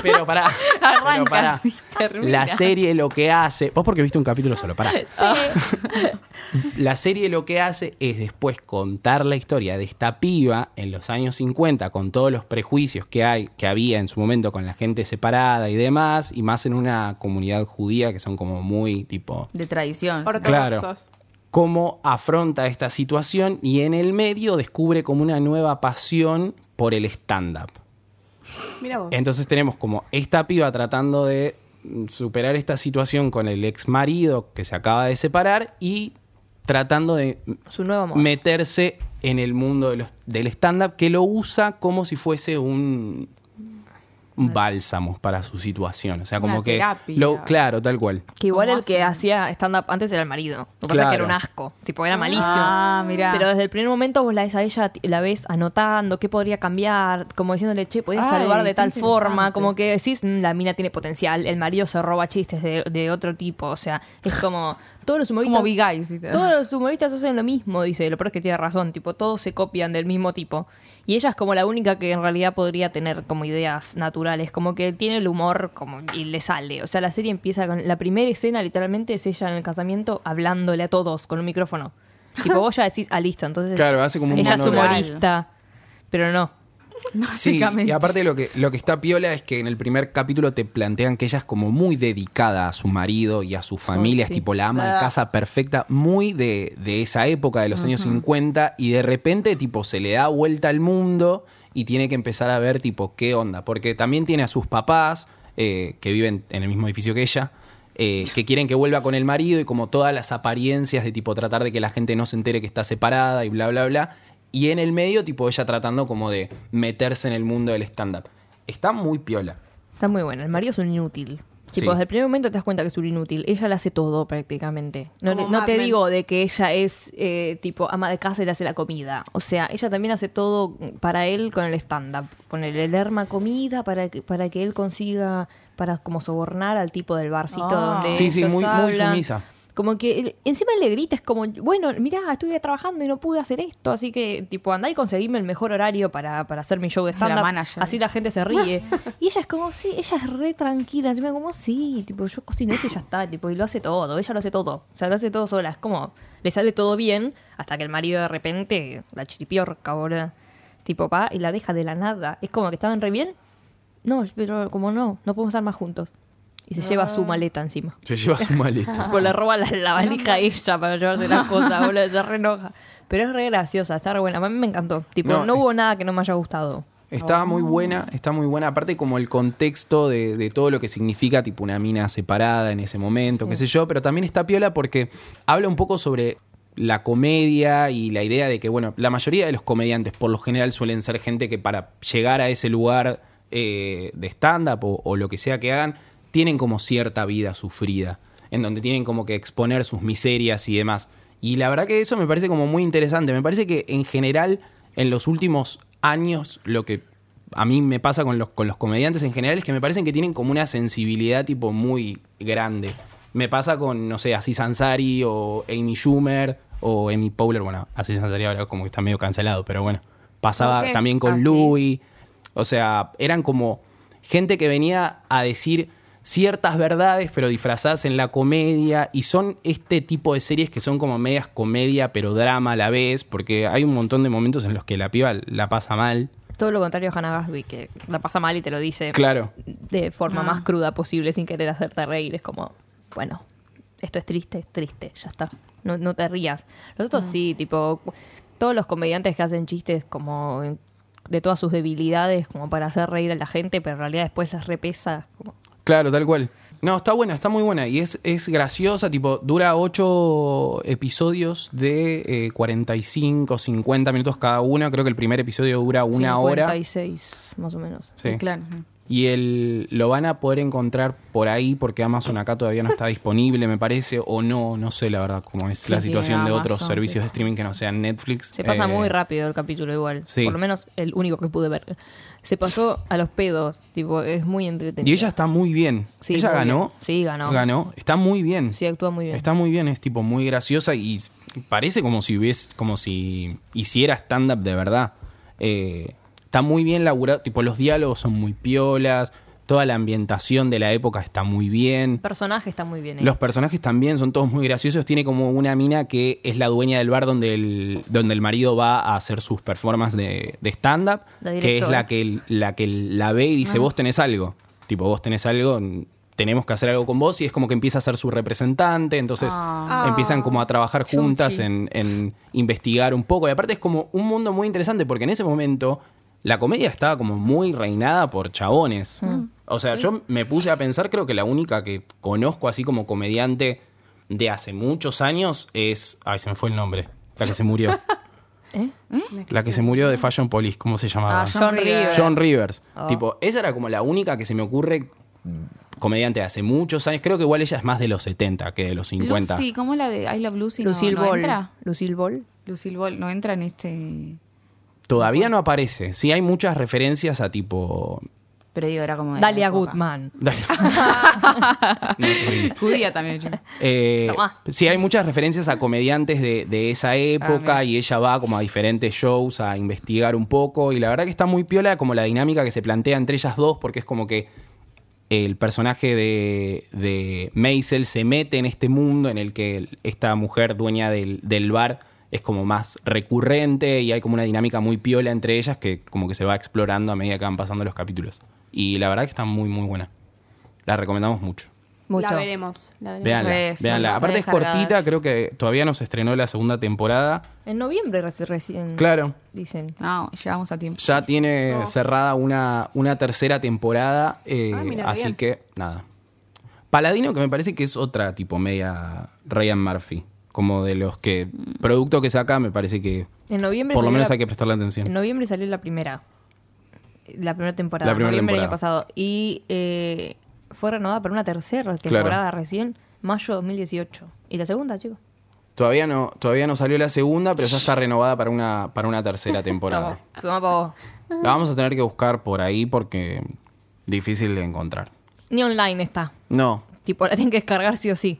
Pero pará.
Arranca
pero pará.
así, termina.
La serie lo que hace. Vos porque viste un capítulo solo, pará.
Ah.
La serie lo que hace es después contar la historia de esta piba en los años 50, con todos los prejuicios que hay, que había en su momento con la gente separada y demás, y más en una comunidad judía que son como muy tipo
De tradición.
Ortodoxos.
Claro. cómo afronta esta situación y en el medio descubre como una nueva pasión por el stand-up.
Mira vos.
Entonces tenemos como esta piba tratando de mm, superar esta situación con el ex marido que se acaba de separar y tratando de
Su nuevo amor.
meterse en el mundo de los- del stand-up que lo usa como si fuese un, un bálsamo para su situación. O sea,
Una
como que...
terapia.
Lo, claro, tal cual.
Que igual
¿Cómo
el que hacía stand-up antes era el marido. Lo que pasa es que era
Claro.
un asco. Tipo, era malísimo.
Ah, mirá.
Pero desde el primer momento vos la ves a ella, la ves anotando qué podría cambiar, como diciéndole, che, podías
Ay,
salvar de
qué
tal forma.
interesante.
Como que decís, "Mm, la mina tiene potencial, el marido se roba chistes de, de otro tipo. O sea, es como. Todos los humoristas.
Como Big Eyes, ¿viste?
Todos los humoristas hacen lo mismo, dice. Lo peor es que tiene razón, tipo, todos se copian del mismo tipo. Y ella es como la única que en realidad podría tener como ideas naturales, como que tiene el humor como y le sale. O sea, la serie empieza con la primera escena, literalmente es ella en el casamiento hablándole a todos con un micrófono. Tipo, vos ya decís, ah, listo, entonces
Claro, hace como un
ella es
monólogo.
humorista, pero no.
Sí,
Básicamente.
y aparte lo que, lo que está piola es que en el primer capítulo te plantean que ella es como muy dedicada a su marido y a su familia, es
sí.
tipo la ama de casa perfecta, muy de, de esa época de los años 50 y de repente tipo se le da vuelta al mundo y tiene que empezar a ver tipo qué onda, porque también tiene a sus papás eh, que viven en el mismo edificio que ella. eh, que quieren que vuelva con el marido y como todas las apariencias de tipo tratar de que la gente no se entere que está separada y bla bla bla y en el medio, tipo, ella tratando como de meterse en el mundo del stand-up. Está muy piola.
Está muy buena. El marido es un inútil.
Sí.
Tipo, desde el primer momento te das cuenta que es un inútil. Ella le hace todo prácticamente. No,
Como
le- no
Mad
te
Men.
digo de que ella es eh, tipo ama de casa y le hace la comida. O sea, ella también hace todo para él con el stand-up. Ponerle el arma comida para que, para que él consiga, para como sobornar al tipo del barcito
Ah.
donde
Sí, sí,
ellos
muy- muy
hablan.
sumisa.
Como que él- encima él le grita, es como, bueno, mirá, estuve trabajando y no pude hacer esto, así que tipo andá y conseguime el mejor horario para, para hacer mi show de stand-up.
manager.
Así la gente se ríe. Y ella es como, sí, ella es re tranquila. Encima como, sí, tipo, yo cocino esto y ya está. Tipo, y lo hace todo, ella lo hace todo. O sea, lo hace todo sola. Es como, le sale todo bien hasta que el marido de repente la chiripiorca, boludo. Tipo, va y la deja de la nada. Es como que estaban re bien. No, pero como no, no podemos estar más juntos. Y se lleva su maleta encima.
Se lleva su maleta.
Tipo, Pues le roba la, la valija a ella para llevarse las cosas, boludo, se re enoja. Pero es re graciosa, está re buena. A mí me encantó. Tipo,
No,
no,
es-
hubo nada que no me haya gustado.
Está muy buena, está muy buena. Aparte, como el contexto de, de todo lo que significa, tipo, una mina separada en ese momento, qué sé yo. Pero también está piola porque habla un poco sobre la comedia y la idea de que, bueno, la mayoría de los comediantes por lo general suelen ser gente que para llegar a ese lugar eh, de stand-up o, o lo que sea que hagan, tienen como cierta vida sufrida, en donde tienen como que exponer sus miserias y demás. Y la verdad que eso me parece como muy interesante. Me parece que en general, en los últimos años, lo que a mí me pasa con los, con los comediantes en general es que me parecen que tienen como una sensibilidad tipo muy grande. Me pasa con, no sé, Aziz Ansari o Amy Schumer o Amy Powler. Bueno, Aziz Ansari ahora como que está medio cancelado, pero bueno.
¿Por
Pasaba
qué?
también con
Aziz.
Louis. O sea, eran como gente que venía a decir ciertas verdades, pero disfrazadas en la comedia. Y son este tipo de series que son como medias comedia, pero drama a la vez, porque hay un montón de momentos en los que la piba la pasa mal.
Todo lo contrario a Hannah Gasby, que la pasa mal y te lo dice
Claro.
de forma más cruda posible sin querer hacerte reír. Es como, bueno, esto es triste, es triste, ya está. No, no te rías. Nosotros sí, tipo, cu- todos los comediantes que hacen chistes como en- de todas sus debilidades como para hacer reír a la gente, pero en realidad después las repesa. Como,
Claro, tal cual. No, está buena, está muy buena. Y es, es graciosa, tipo, dura ocho episodios de eh, 45, 50 minutos cada uno. Creo que el primer episodio dura una hora.
56, más o menos.
Sí.
Claro.
Y el, lo van a poder encontrar por ahí porque Amazon acá todavía no está disponible, me parece, o no, no sé la verdad cómo es la
Sí,
situación de otros
Amazon,
servicios
sí.
de streaming que no sean Netflix.
Se pasa
Eh,
muy rápido el capítulo igual.
sí.
Por lo menos el único que pude ver. Se pasó a los pedos. Tipo, es muy entretenido.
Y ella está muy bien.
Sí,
ella
muy
ganó.
bien. Sí, ganó.
Ganó. Está muy bien.
Sí, actúa muy bien.
Está muy bien, es tipo muy graciosa y parece como si hubiese, como si hiciera stand-up de verdad. Eh, está muy bien laburado, tipo los diálogos son muy piolas, toda la ambientación de la época está muy bien.
El personaje está muy bien. ¿eh? ahí.
Los personajes también son todos muy graciosos. Tiene como una mina que es la dueña del bar donde el, donde el marido va a hacer sus performances de, de stand-up,
La
que es
directora.
la que, la que la ve y dice, vos tenés algo. Tipo, vos tenés algo, n- tenemos que hacer algo con vos. Y es como que empieza a ser su representante. Entonces
Ah.
empiezan como a trabajar
Chuchi.
juntas en, en investigar un poco. Y aparte es como un mundo muy interesante porque en ese momento la comedia estaba como muy reinada por chabones.
Mm.
O sea, yo me puse a pensar, creo que la única que conozco así como comediante de hace muchos años es... Ay, se me fue el nombre. La que se murió.
¿Eh?
la que se murió de Fashion Police. ¿Cómo se llamaba?
Ah, John Rivers.
John Rivers.
Oh.
Tipo, esa era como la única que se me ocurre mm, comediante de hace muchos años. Creo que igual ella es más de los 70 que de los 50.
Lucy, ¿cómo es la de I Love Lucy? No-
Lucille
no,
Ball.
entra?
Lucille Ball.
Lucille Ball no entra en este...
Todavía no aparece. Sí, hay muchas referencias a tipo.
Pero digo, era como... de la
Dalia
época.
Goodman.
Dale.
Judía también. yo.
Eh,
Tomá.
sí, hay muchas referencias a comediantes de, de esa época
Ah, mira.
y ella va como a diferentes shows a investigar un poco y la verdad que está muy piola como la dinámica que se plantea entre ellas dos porque es como que el personaje de, de Maisel se mete en este mundo en el que esta mujer dueña del, del bar es como más recurrente y hay como una dinámica muy piola entre ellas que como que se va explorando a medida que van pasando los capítulos. Y la verdad que está muy, muy buena. La recomendamos mucho.
Mucho.
La veremos. La veremos.
Veanla,
Re, sí,
veanla.
re
Aparte es
descargadas.
cortita, creo que todavía no se estrenó la segunda temporada.
En noviembre reci- recién.
Claro.
Dicen.
No, llegamos a tiempo.
Ya tiene
Mm. No.
cerrada una, una tercera temporada, eh,
Ah, mira,
así
bien.
que nada. Paladino, que me parece que es otra tipo media Ryan Murphy, como de los que
Mm.
producto que saca, me parece que
En noviembre.
por lo
salió
menos
la-
hay que prestarle
En
atención.
noviembre salió la primera. La primera temporada.
La primera
noviembre del año
temporada.
pasado. Y eh, fue renovada para una tercera temporada recién, mayo 2018. ¿Y la segunda, chicos?
Todavía no, todavía no salió la segunda, pero ya está renovada para una, para una tercera temporada.
Toma, toma pa' vos.
la vamos a tener que buscar por ahí porque difícil de encontrar.
Ni online está.
No,
Tipo, la tienen que descargar sí o sí.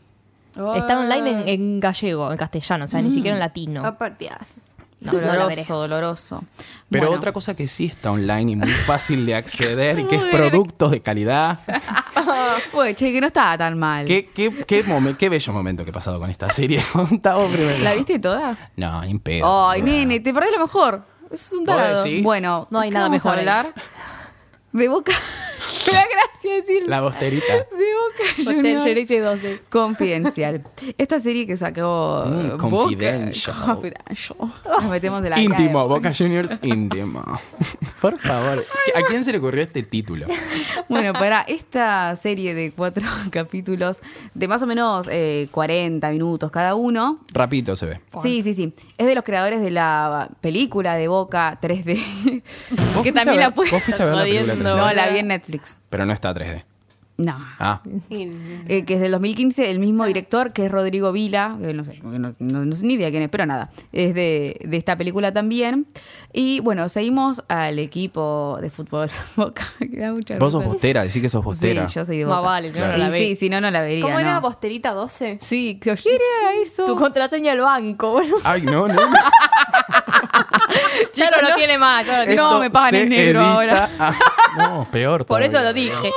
Está online
Ah.
en, en gallego, en castellano, o
Mm.
sea, ni siquiera en latino.
Aparteadas.
No, no la veré.
doloroso, doloroso.
Pero
Bueno,
otra cosa que sí está online y muy fácil de acceder y que es
Muy bien.
productos de calidad.
Bueno, Ah, che, que no estaba tan mal.
¿Qué, qué, qué, momen- qué bello momento que he pasado con esta serie. Contamos primero.
¿La viste toda?
No, ni en pedo.
Ay,
boluda.
nene, te perdés lo mejor. Eso es un
¿Vos
tarado.
decís?
Bueno,
No hay
¿qué
nada
vamos a
mejor ahí.
hablar de Boca. Me da gracia decirlo.
La bosterita.
De Boca
Hotel
Juniors.
Jerez y 12.
Confidencial. Esta serie que sacó
Mm,
Boca-
Confidential.
Confidential. Nos metemos de la
Íntimo, Boca Juniors íntimo. Por favor. ¿A quién se le ocurrió este título?
Bueno, para esta serie de cuatro capítulos de más o menos eh, 40 minutos cada uno,
Rapito se ve.
Sí, sí, sí. Es de los creadores de la película de Boca 3D.
¿Vos fuiste
que
a
también
ver-
la puede.
¿Vos fuiste a ver la película
Jodiendo.
3D?
No, la vi en Netflix.
Pero no está 3D.
No.
Ah,
Y-
Eh, que es del 2015, el mismo director que es Rodrigo Vila, que no sé, no, no- no sé ni idea quién es, pero nada, es de, de esta película también. Y bueno, seguimos al equipo de fútbol Boca, que da mucha
vos sos
risa.
bostera, decís que sos bostera.
Sí, yo soy de Boca.
Más vale, yo no
Claro.
la
Y
veo.
sí, si no, no la vería.
¿Cómo era
no.
Bosterita 12?
Sí, que
¿Qué era eso?
Tu contraseña del banco, boludo.
Ay, no, no.
Ya no lo tiene más, ya no lo tiene.
No,
Esto
me pagan
se
en negro
edita.
ahora.
Ah, no, peor.
Por eso
todavía.
lo dije.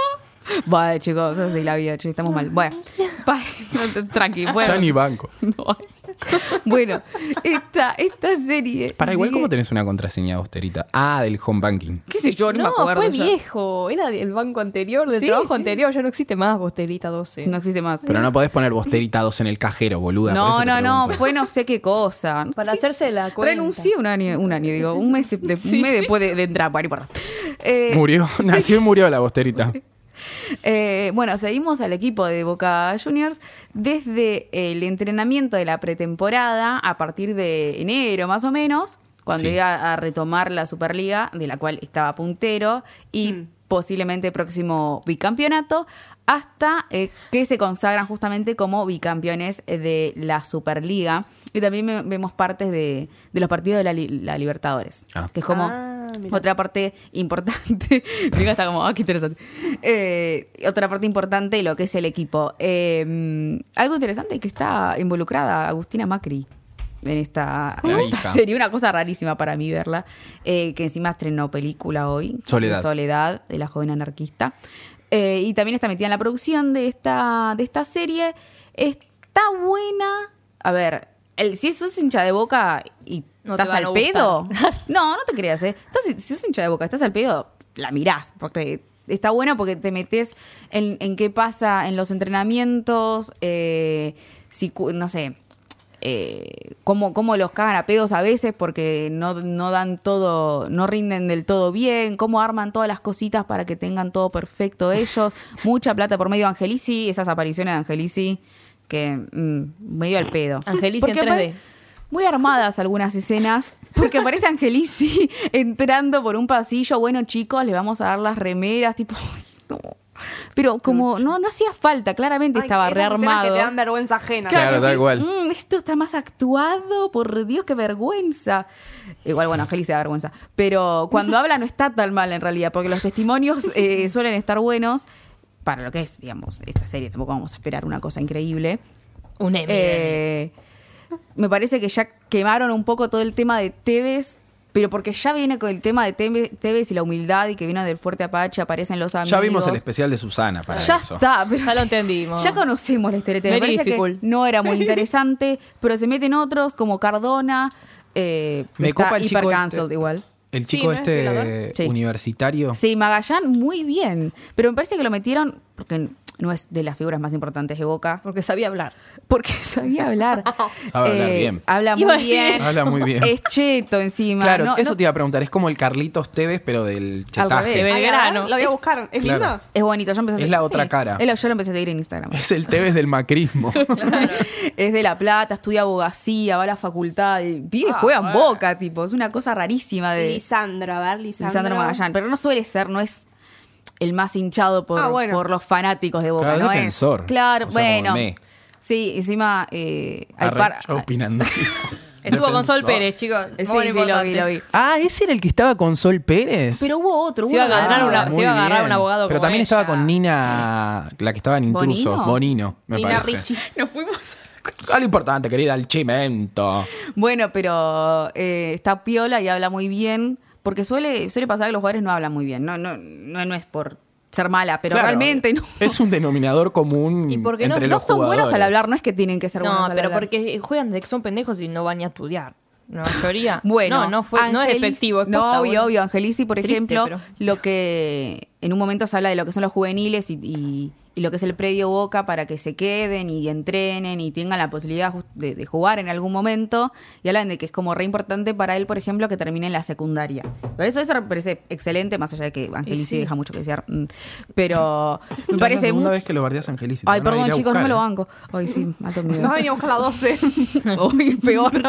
Vale, chicos, así la vida, che, estamos mal. Bueno, pa- no te- tranqui, bueno.
Ya ni banco.
No. Bueno, esta, esta serie.
Para igual,
sigue-
¿cómo tenés una contraseña austerita? Ah, del home banking.
¿Qué sé yo? No, me
No,
acuerdo.
fue
ya.
viejo. Era del banco anterior, del
Sí,
trabajo
sí.
anterior. Ya no existe más Bosterita 12.
No existe más.
Pero no podés poner bosterita 2 en el cajero, boluda. por eso
no,
te
no, no,
pregunto.
fue no sé qué cosa. No
Para
sé.
hacerse la cuenta.
Renuncié un año, un año, digo, un mes, de- un mes después de, de entrar, bueno, no importa. Eh,
Murió, nació y murió la bosterita.
Eh, bueno, seguimos al equipo de Boca Juniors desde el entrenamiento de la pretemporada a partir de enero más o menos, cuando
Sí.
iba a retomar la Superliga, de la cual estaba puntero, y posiblemente próximo bicampeonato, hasta eh, que se consagran justamente como bicampeones de la Superliga. Y también ve- vemos partes de, de los partidos de la, Li- la Libertadores,
Ah.
que es como
Ah, mira.
otra parte importante. Mira, está como, ah, qué interesante. Eh, otra parte importante, lo que es el equipo. Eh, algo interesante que está involucrada Agustina Macri en esta, en
La
esta
hija.
serie. Una cosa rarísima para mí verla. eh, que encima estrenó película hoy.
Soledad.
De Soledad, de la joven anarquista. Eh, y también está metida en la producción de esta, de esta serie. Está buena. A ver, el, si sos hincha de boca y
No te
estás
van
al
a
pedo.
gustar.
No, no te creas, ¿eh? Estás- si sos hincha de boca, estás al pedo, la mirás. Porque está buena porque te metes en, en qué pasa en los entrenamientos. eh, si, cu- no sé. eh, cómo, cómo los cagan a pedos a veces porque no, no dan todo, no rinden del todo bien, cómo arman todas las cositas para que tengan todo perfecto ellos, mucha plata por medio de Angelici, esas apariciones de Angelici que mm, medio al pedo.
Angelici
Porque
en 3D.
apare- muy armadas algunas escenas, porque aparece Angelici entrando por un pasillo. Bueno, chicos, le vamos a dar las remeras, tipo. ay, no. Pero como no, no hacía falta, claramente
Ay,
estaba
esas escenas
rearmado.
que te dan vergüenza ajena.
Claro. da igual.
"Mm, esto está más actuado, por Dios, qué vergüenza. Igual, bueno, Angelici da vergüenza. Pero cuando habla no está tan mal en realidad, porque los testimonios eh, suelen estar buenos para lo que es, digamos, esta serie. Tampoco vamos a esperar una cosa increíble.
Un M.
Eh, me parece que ya quemaron un poco todo el tema de Tevez, pero porque ya viene con el tema de Teve- Tevez y la humildad y que viene del fuerte Apache, aparecen los amigos.
Ya vimos el especial de Susana para
Ya
eso.
está, pero
Ya lo entendimos.
ya conocemos la historia de Tevez. Me
Very
parece que
difficult.
no era muy interesante, pero se meten otros como Cardona. Eh,
Me
está
copa el chico
hiper
este.
cancelled igual.
El
Sí,
chico
¿no es
este
violador?
Sí.
universitario.
Sí, Magallán muy bien, pero me parece que lo metieron porque no es de las figuras más importantes de Boca.
Porque sabía hablar.
Porque sabía hablar. Eh,
Sabe hablar bien.
Habla
Iba a
muy
decir
bien.
eso.
Habla muy bien.
Es cheto encima.
Claro,
No,
eso
no-
te iba a preguntar. Es como el Carlitos Tevez, pero del chetaje.
revés.
De
Ay, a ver,
Belgrano.
Lo voy a
Es-
buscar. ¿Es
Claro.
lindo?
Es bonito. Yo empecé a
Es
seguir-
la otra cara.
es lo- yo lo empecé a seguir en Instagram.
Es el Tevez del macrismo.
es de La Plata, estudia abogacía, va a la facultad. y Vive,
Ah,
juega en
bueno.
boca, tipo. Es una cosa rarísima de Lisandro,
Lisandro, a ver, Lisandro.
Magallán. Pero no suele ser, no es el más hinchado por,
Ah, bueno.
por los fanáticos de Boca.
Claro, es
no
defensor.
Claro,
O sea, como
bueno.
me.
Sí, encima eh, hay
Arre,
par-
yo opinando.
Estuvo con Sol
Defensor.
Pérez, chicos.
Eh, Sí,
Muy
sí, lo vi,
importante.
lo vi.
Ah, ese era el que estaba con Sol Pérez.
Pero hubo otro. hubo
Se iba a
otro.
agarrar,
Ah,
una- se
muy
iba a agarrar
bien.
un abogado
Pero
como
también estaba
ella.
con Nina, la que estaba en Intrusos,
¿Bonino?
Bonino, me
Nina
parece.
Ricci.
Nos fuimos
Algo importante, querida, el chimento.
Bueno, pero eh, está piola y habla muy bien, porque suele, suele pasar que los jugadores no hablan muy bien, no, no, no, no es por ser mala, pero
Claro,
realmente no.
Es un denominador común
Y porque no-
entre
no
los
son buenos al
jugadores.
hablar, no es que tienen que ser buenos
No,
al
pero
hablar.
porque juegan de que son pendejos y no van ni a estudiar. La mayoría.
Bueno,
no, no, fue, no es
Angelici-
despectivo. Es posta,
no, obvio,
boludo.
obvio. Angelici, por
Triste,
ejemplo,
pero-
lo que en un momento se habla de lo que son los juveniles y, y- y lo que es el predio Boca para que se queden y entrenen y tengan la posibilidad jus- de, de jugar en algún momento. Y hablan de que es como re importante para él, por ejemplo, que termine en la secundaria. Pero eso, eso me parece excelente, más allá de que Angelici
sí.
deja mucho que desear. mm. Pero me
Ya es la
parece...
segunda
mu-
vez que lo bardeas Angelis.
Ay, perdón, chicos, no me
eh.
lo banco. Ay, sí, alto miedo.
Nos va a venir a buscar a las 12.
Uy, peor.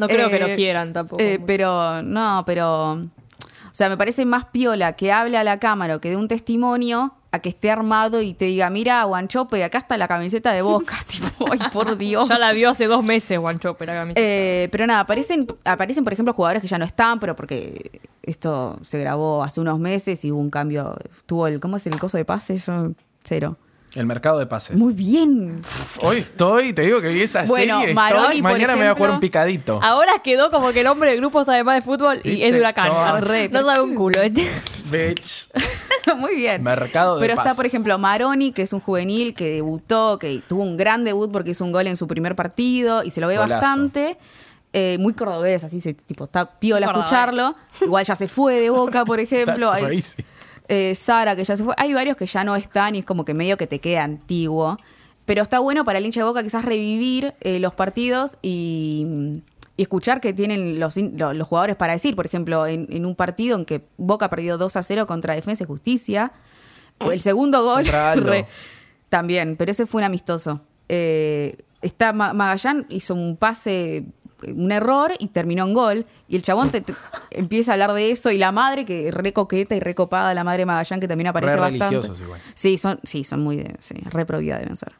No creo que lo quieran tampoco.
eh, pero, no, pero. O sea, me parece más piola que hable a la cámara o que dé un testimonio a que esté armado y te diga, mira, Guanchope, acá está la camiseta de Boca. tipo, ay, por Dios.
Ya la vio hace dos meses, One Chopper. la camiseta.
Eh, pero nada, aparecen, aparecen, por ejemplo, jugadores que ya no están, pero porque esto se grabó hace unos meses y hubo un cambio. Tuvo el, ¿cómo es el coso de pase? Yo, cero.
El mercado de pases.
Muy bien.
Hoy estoy, te digo que vi esa
Bueno,
serie.
Maroni,
estoy-
por
mañana me voy a jugar
ejemplo. Ah.
un picadito.
Ahora quedó como que el hombre del grupo sabe más de fútbol y
Viste,
es de huracán.
todo.
Re,
no
pero-
sabe un culo. este.
Bitch.
Muy bien.
Mercado de
Pero está,
pases.
por ejemplo, Maroni, que es un juvenil que debutó, que tuvo un gran debut porque hizo un gol en su primer partido y se lo ve
Golazo.
bastante. Eh, muy cordobés, así se, tipo, está piola
Cordobés.
escucharlo. Igual ya se fue de boca, por ejemplo.
That's
Hay-
racist.
eh, Sara, que ya se fue. Hay varios que ya no están y es como que medio que te queda antiguo. Pero está bueno para el hincha de boca quizás revivir eh, los partidos y, y escuchar que tienen los, hin- lo- los jugadores para decir. Por ejemplo, en, en un partido en que Boca perdió 2 a 0 contra Defensa y Justicia, el segundo gol
Contra Aldo.
re- también, pero ese fue un amistoso. Eh, está Ma- Magallán hizo un pase un error y terminó en gol. Y el chabón te- te- empieza a hablar de eso. Y la madre, que re coqueta y recopada, la madre Magallán, que también aparece
Re
bastante.
religiosos igual.
Sí, son, sí, son muy de, sí, re probidad deben ser.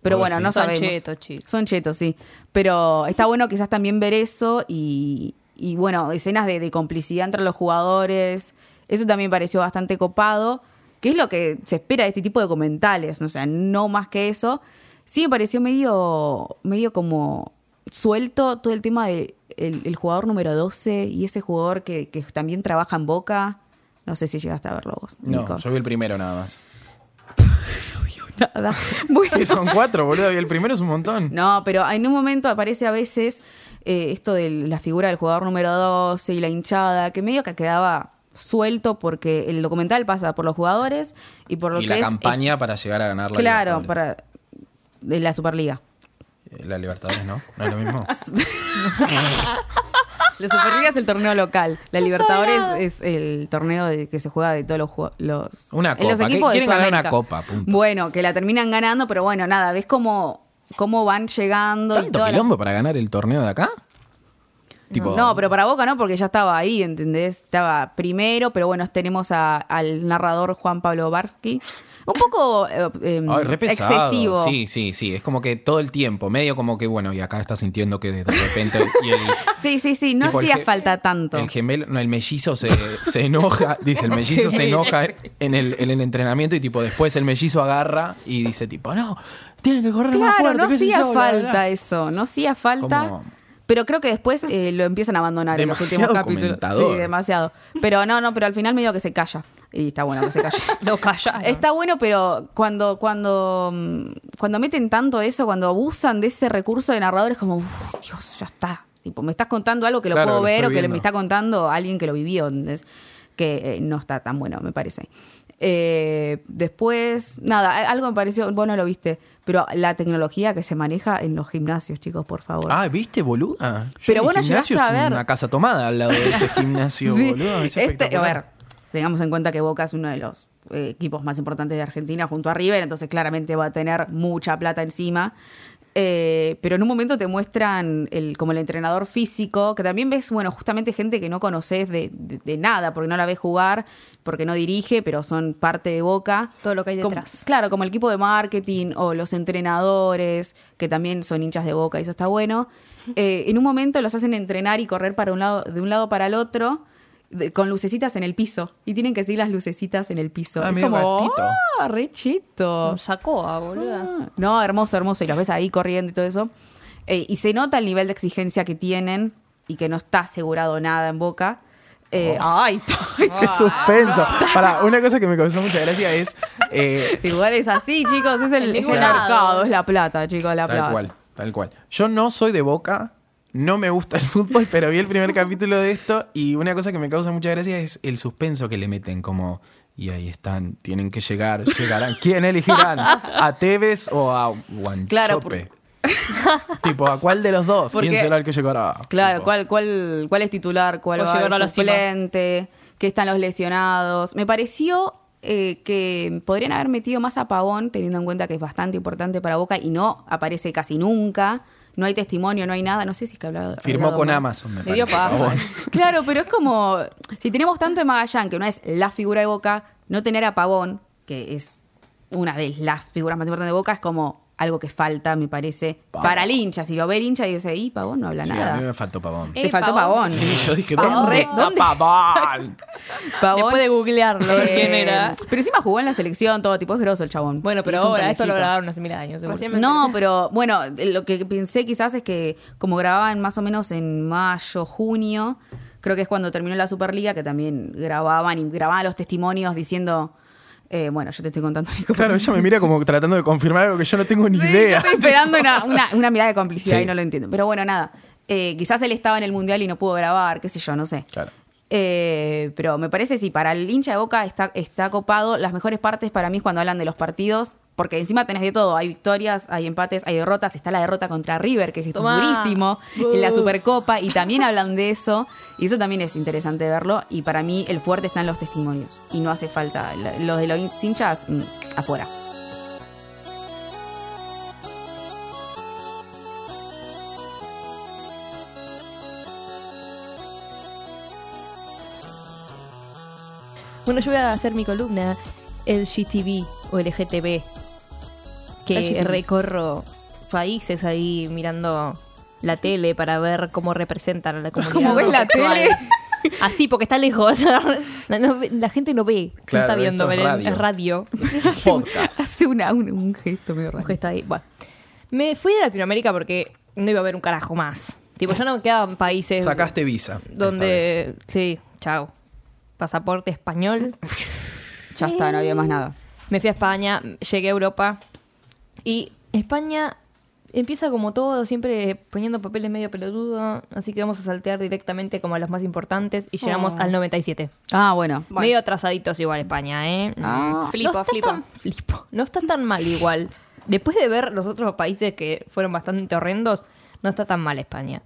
Pero
Vos
bueno,
decís.
no
Son
sabemos.
chetos, chicos.
Son chetos, sí. Pero está bueno quizás también ver eso y, y bueno, escenas de, de complicidad entre los jugadores. Eso también pareció bastante copado, que es lo que se espera de este tipo de documentales, ¿no? o sea, no más que eso. Sí me pareció medio, medio como suelto todo el tema de el, el jugador número 12 y ese jugador que, que también trabaja en Boca. No sé si llegaste a verlo vos.
No,
Nico.
yo vi el primero nada más.
Nada. Bueno.
¿Qué son cuatro, boludo? Y el primero es un montón.
No, pero en un momento aparece a veces eh, esto de la figura del jugador número 12 y la hinchada, que medio que quedaba suelto porque el documental pasa por los jugadores y por lo
Y
que
la
es,
campaña para llegar a ganar
eh,
la
claro,
Libertadores.
para de la Superliga.
Eh, La Libertadores, ¿no? ¿No es lo mismo?
Ah, La Superliga es el torneo local, la Libertadores es el torneo de, que se juega de todos los ju- los
Una
en
copa,
los
que
equipos de
quieren ganar una
Sudamérica.
copa, punto.
Bueno, que la terminan ganando, pero bueno, nada, ves cómo cómo van llegando y
¿Tanto
toda la-
quilombo para ganar el torneo de acá? Tipo,
No, pero para Boca no, porque ya estaba ahí, ¿entendés? Estaba primero, pero bueno, tenemos a- al narrador Juan Pablo Barsky. Un poco eh, em,
Ay, re pesado.
excesivo.
Sí, sí, sí. Es como que todo el tiempo, medio como que, bueno, y acá está sintiendo que de repente. Y el,
sí, sí, sí, no
tipo, el
hacía
ge-
falta tanto.
El gemelo, no, el mellizo se, se enoja. Dice, el mellizo se enoja en el, en el entrenamiento y, tipo, después el mellizo agarra y dice, tipo, no, tiene que correr más
claro,
fuerte.
no
qué sé
hacía
yo, bla, bla,
falta
bla".
eso, no hacía falta.
Como-
Pero creo que después eh, lo empiezan a abandonar en los últimos
Demasiado
capítulos.
comentador.
Sí, demasiado. Pero no, no, pero al final medio que se calla. Y está bueno que se calle.
Lo
Ah,
callaron.
Está bueno, pero cuando, cuando, mm, cuando meten tanto eso, cuando abusan de ese recurso de narrador, es como, "Uf, Dios, ya está. Tipo, me estás contando algo que lo
Claro,
puedo
lo
ver
estoy
o que le- me
viendo.
está contando alguien que lo vivió, ¿entendés? que eh, no está tan bueno, me parece. Eh, después, nada, a- algo me pareció, vos no lo viste, pero la tecnología que se maneja en los gimnasios, chicos, por favor.
Ah, ¿viste, boluda? Yo
Pero
mi
vos no
gimnasio
llegaste a
es
ver.
una casa tomada al lado de ese
Sí,
gimnasio, boludo. Es
este- a
espectacular.
ver, tengamos en cuenta que Boca es uno de los eh, equipos más importantes de Argentina junto a River, entonces claramente va a tener mucha plata encima. Eh, pero en un momento te muestran el, como el entrenador físico, que también ves, bueno, justamente gente que no conoces de, de- de nada, porque no la ves jugar, porque no dirige, pero son parte de Boca.
Todo lo que hay
Como-
detrás.
claro, como el equipo de marketing o los entrenadores, que también son hinchas de boca, y eso está bueno. Eh, en un momento los hacen entrenar y correr para un lado, de un lado para el otro, de- con lucecitas en el piso. Y tienen que seguir las lucecitas en el piso.
Ah,
es
medio
como,
gatito.
"Ah, re cheto".
Un sacoa, boluda.
Ah, No, hermoso, hermoso. Y los ves ahí corriendo y todo eso. Eh, y se nota el nivel de exigencia que tienen y que no está asegurado nada en boca. Eh,
Oh.
Ay,
Qué suspenso. Para, una cosa que me causó mucha gracia es. eh,
Igual es así, chicos. Es el,
En
es
ningún
el
lado.
mercado, es la plata, chicos, la plata.
tal cual, tal cual. Yo no soy de boca, no me gusta el fútbol, pero vi el primer capítulo de esto y una cosa que me causa mucha gracia es el suspenso que le meten, como. Y ahí están, tienen que llegar, llegarán. ¿Quién elegirán? ¿A Tevez o a Guanchope?
Claro,
tipo, ¿a cuál de los dos? ¿Quién
Porque-
será el que llegará?
Claro,
Tipo,
¿cuál, cuál, cuál es titular? ¿Cuál
O
va
llegar a
de
la cima.
suplente? ¿Qué están los lesionados? Me pareció eh, que podrían haber metido más a Pavón, teniendo en cuenta que es bastante importante para Boca y no aparece casi nunca. No hay testimonio, no hay nada. No sé si es que hablado.
Firmó
hablado
con
mal.
Amazon, me
Le
parece.
dio paja.
Pavón.
Claro, pero es como. Si tenemos tanto de Magallán, que no es la figura de Boca, no tener a Pavón, que es una de las figuras más importantes de Boca, es como algo que falta, me parece, para el hincha. Si lo ve el hincha y dice, y Pavón no habla
Sí,
nada.
a mí me faltó Pavón.
Te faltó Pavón.
Sí, yo dije,
Pavón,
¿dónde
re-
está
¿dónde?
Pavón?
Pavón,
Después de googlearlo, a ver
Ah, eh,
quién era.
Pero encima jugó en la selección, todo tipo, es grosso el chabón.
Bueno, pero
Y es un
ahora, esto lo
canijito.
grabaron hace mil años, seguro.
Recién-
No, pero bueno, eh, lo que pensé quizás es que como grababan más o menos en mayo, junio, creo que es cuando terminó la Superliga, que también grababan y grababan los testimonios diciendo, eh, bueno, yo te estoy contando, Nico.
Claro, ella me mira como tratando de confirmar algo que yo no tengo ni
Sí,
idea.
Yo estoy esperando una, una- una mirada de complicidad
Sí.
y no lo entiendo. Pero bueno, nada. Eh, quizás él estaba en el mundial y no pudo grabar, qué sé yo, no sé.
Claro.
Eh, pero me parece si para el hincha de boca está, está copado. Las mejores partes para mí es cuando hablan de los partidos. Porque encima tenés de todo, hay victorias, hay empates, hay derrotas, está la derrota contra River, que es
Tomá.
durísimo, en la Supercopa, y también hablan de eso, y eso también es interesante verlo, y para mí el fuerte está en los testimonios, y no hace falta, la- los de los hinchas, mm, afuera.
Bueno, yo voy a hacer mi columna LGTB o LGTB, que
LGTB.
recorro países ahí mirando la tele para ver cómo representan a la comunidad.
¿Cómo ves la
homosexual.
tele?
Así, porque está lejos. No- no ve- la gente no ve,
Claro,
no está
esto es
viendo, Belén,
radio.
es radio.
Podcast.
Hace una, un, un gesto medio raro.
Ojo, está ahí. Bueno. Me fui de Latinoamérica porque no iba a haber un carajo más. Tipo, ya no me quedaban países
Sacaste visa. esta vez.
donde... Sí, chao. Pasaporte español.
Ya está, no había más nada.
Me fui a España, llegué a Europa. Y España empieza como todo, siempre poniendo papeles medio pelotudo. Así que vamos a saltear directamente como a los más importantes. Y llegamos
Oh.
al 97.
Ah, bueno.
Bueno.
Medio atrasaditos igual España, ¿eh?
Ah.
Flipo,
está
flipo.
tan- flipo. No está tan mal igual. Después de ver los otros países que fueron bastante horrendos, no está tan mal España.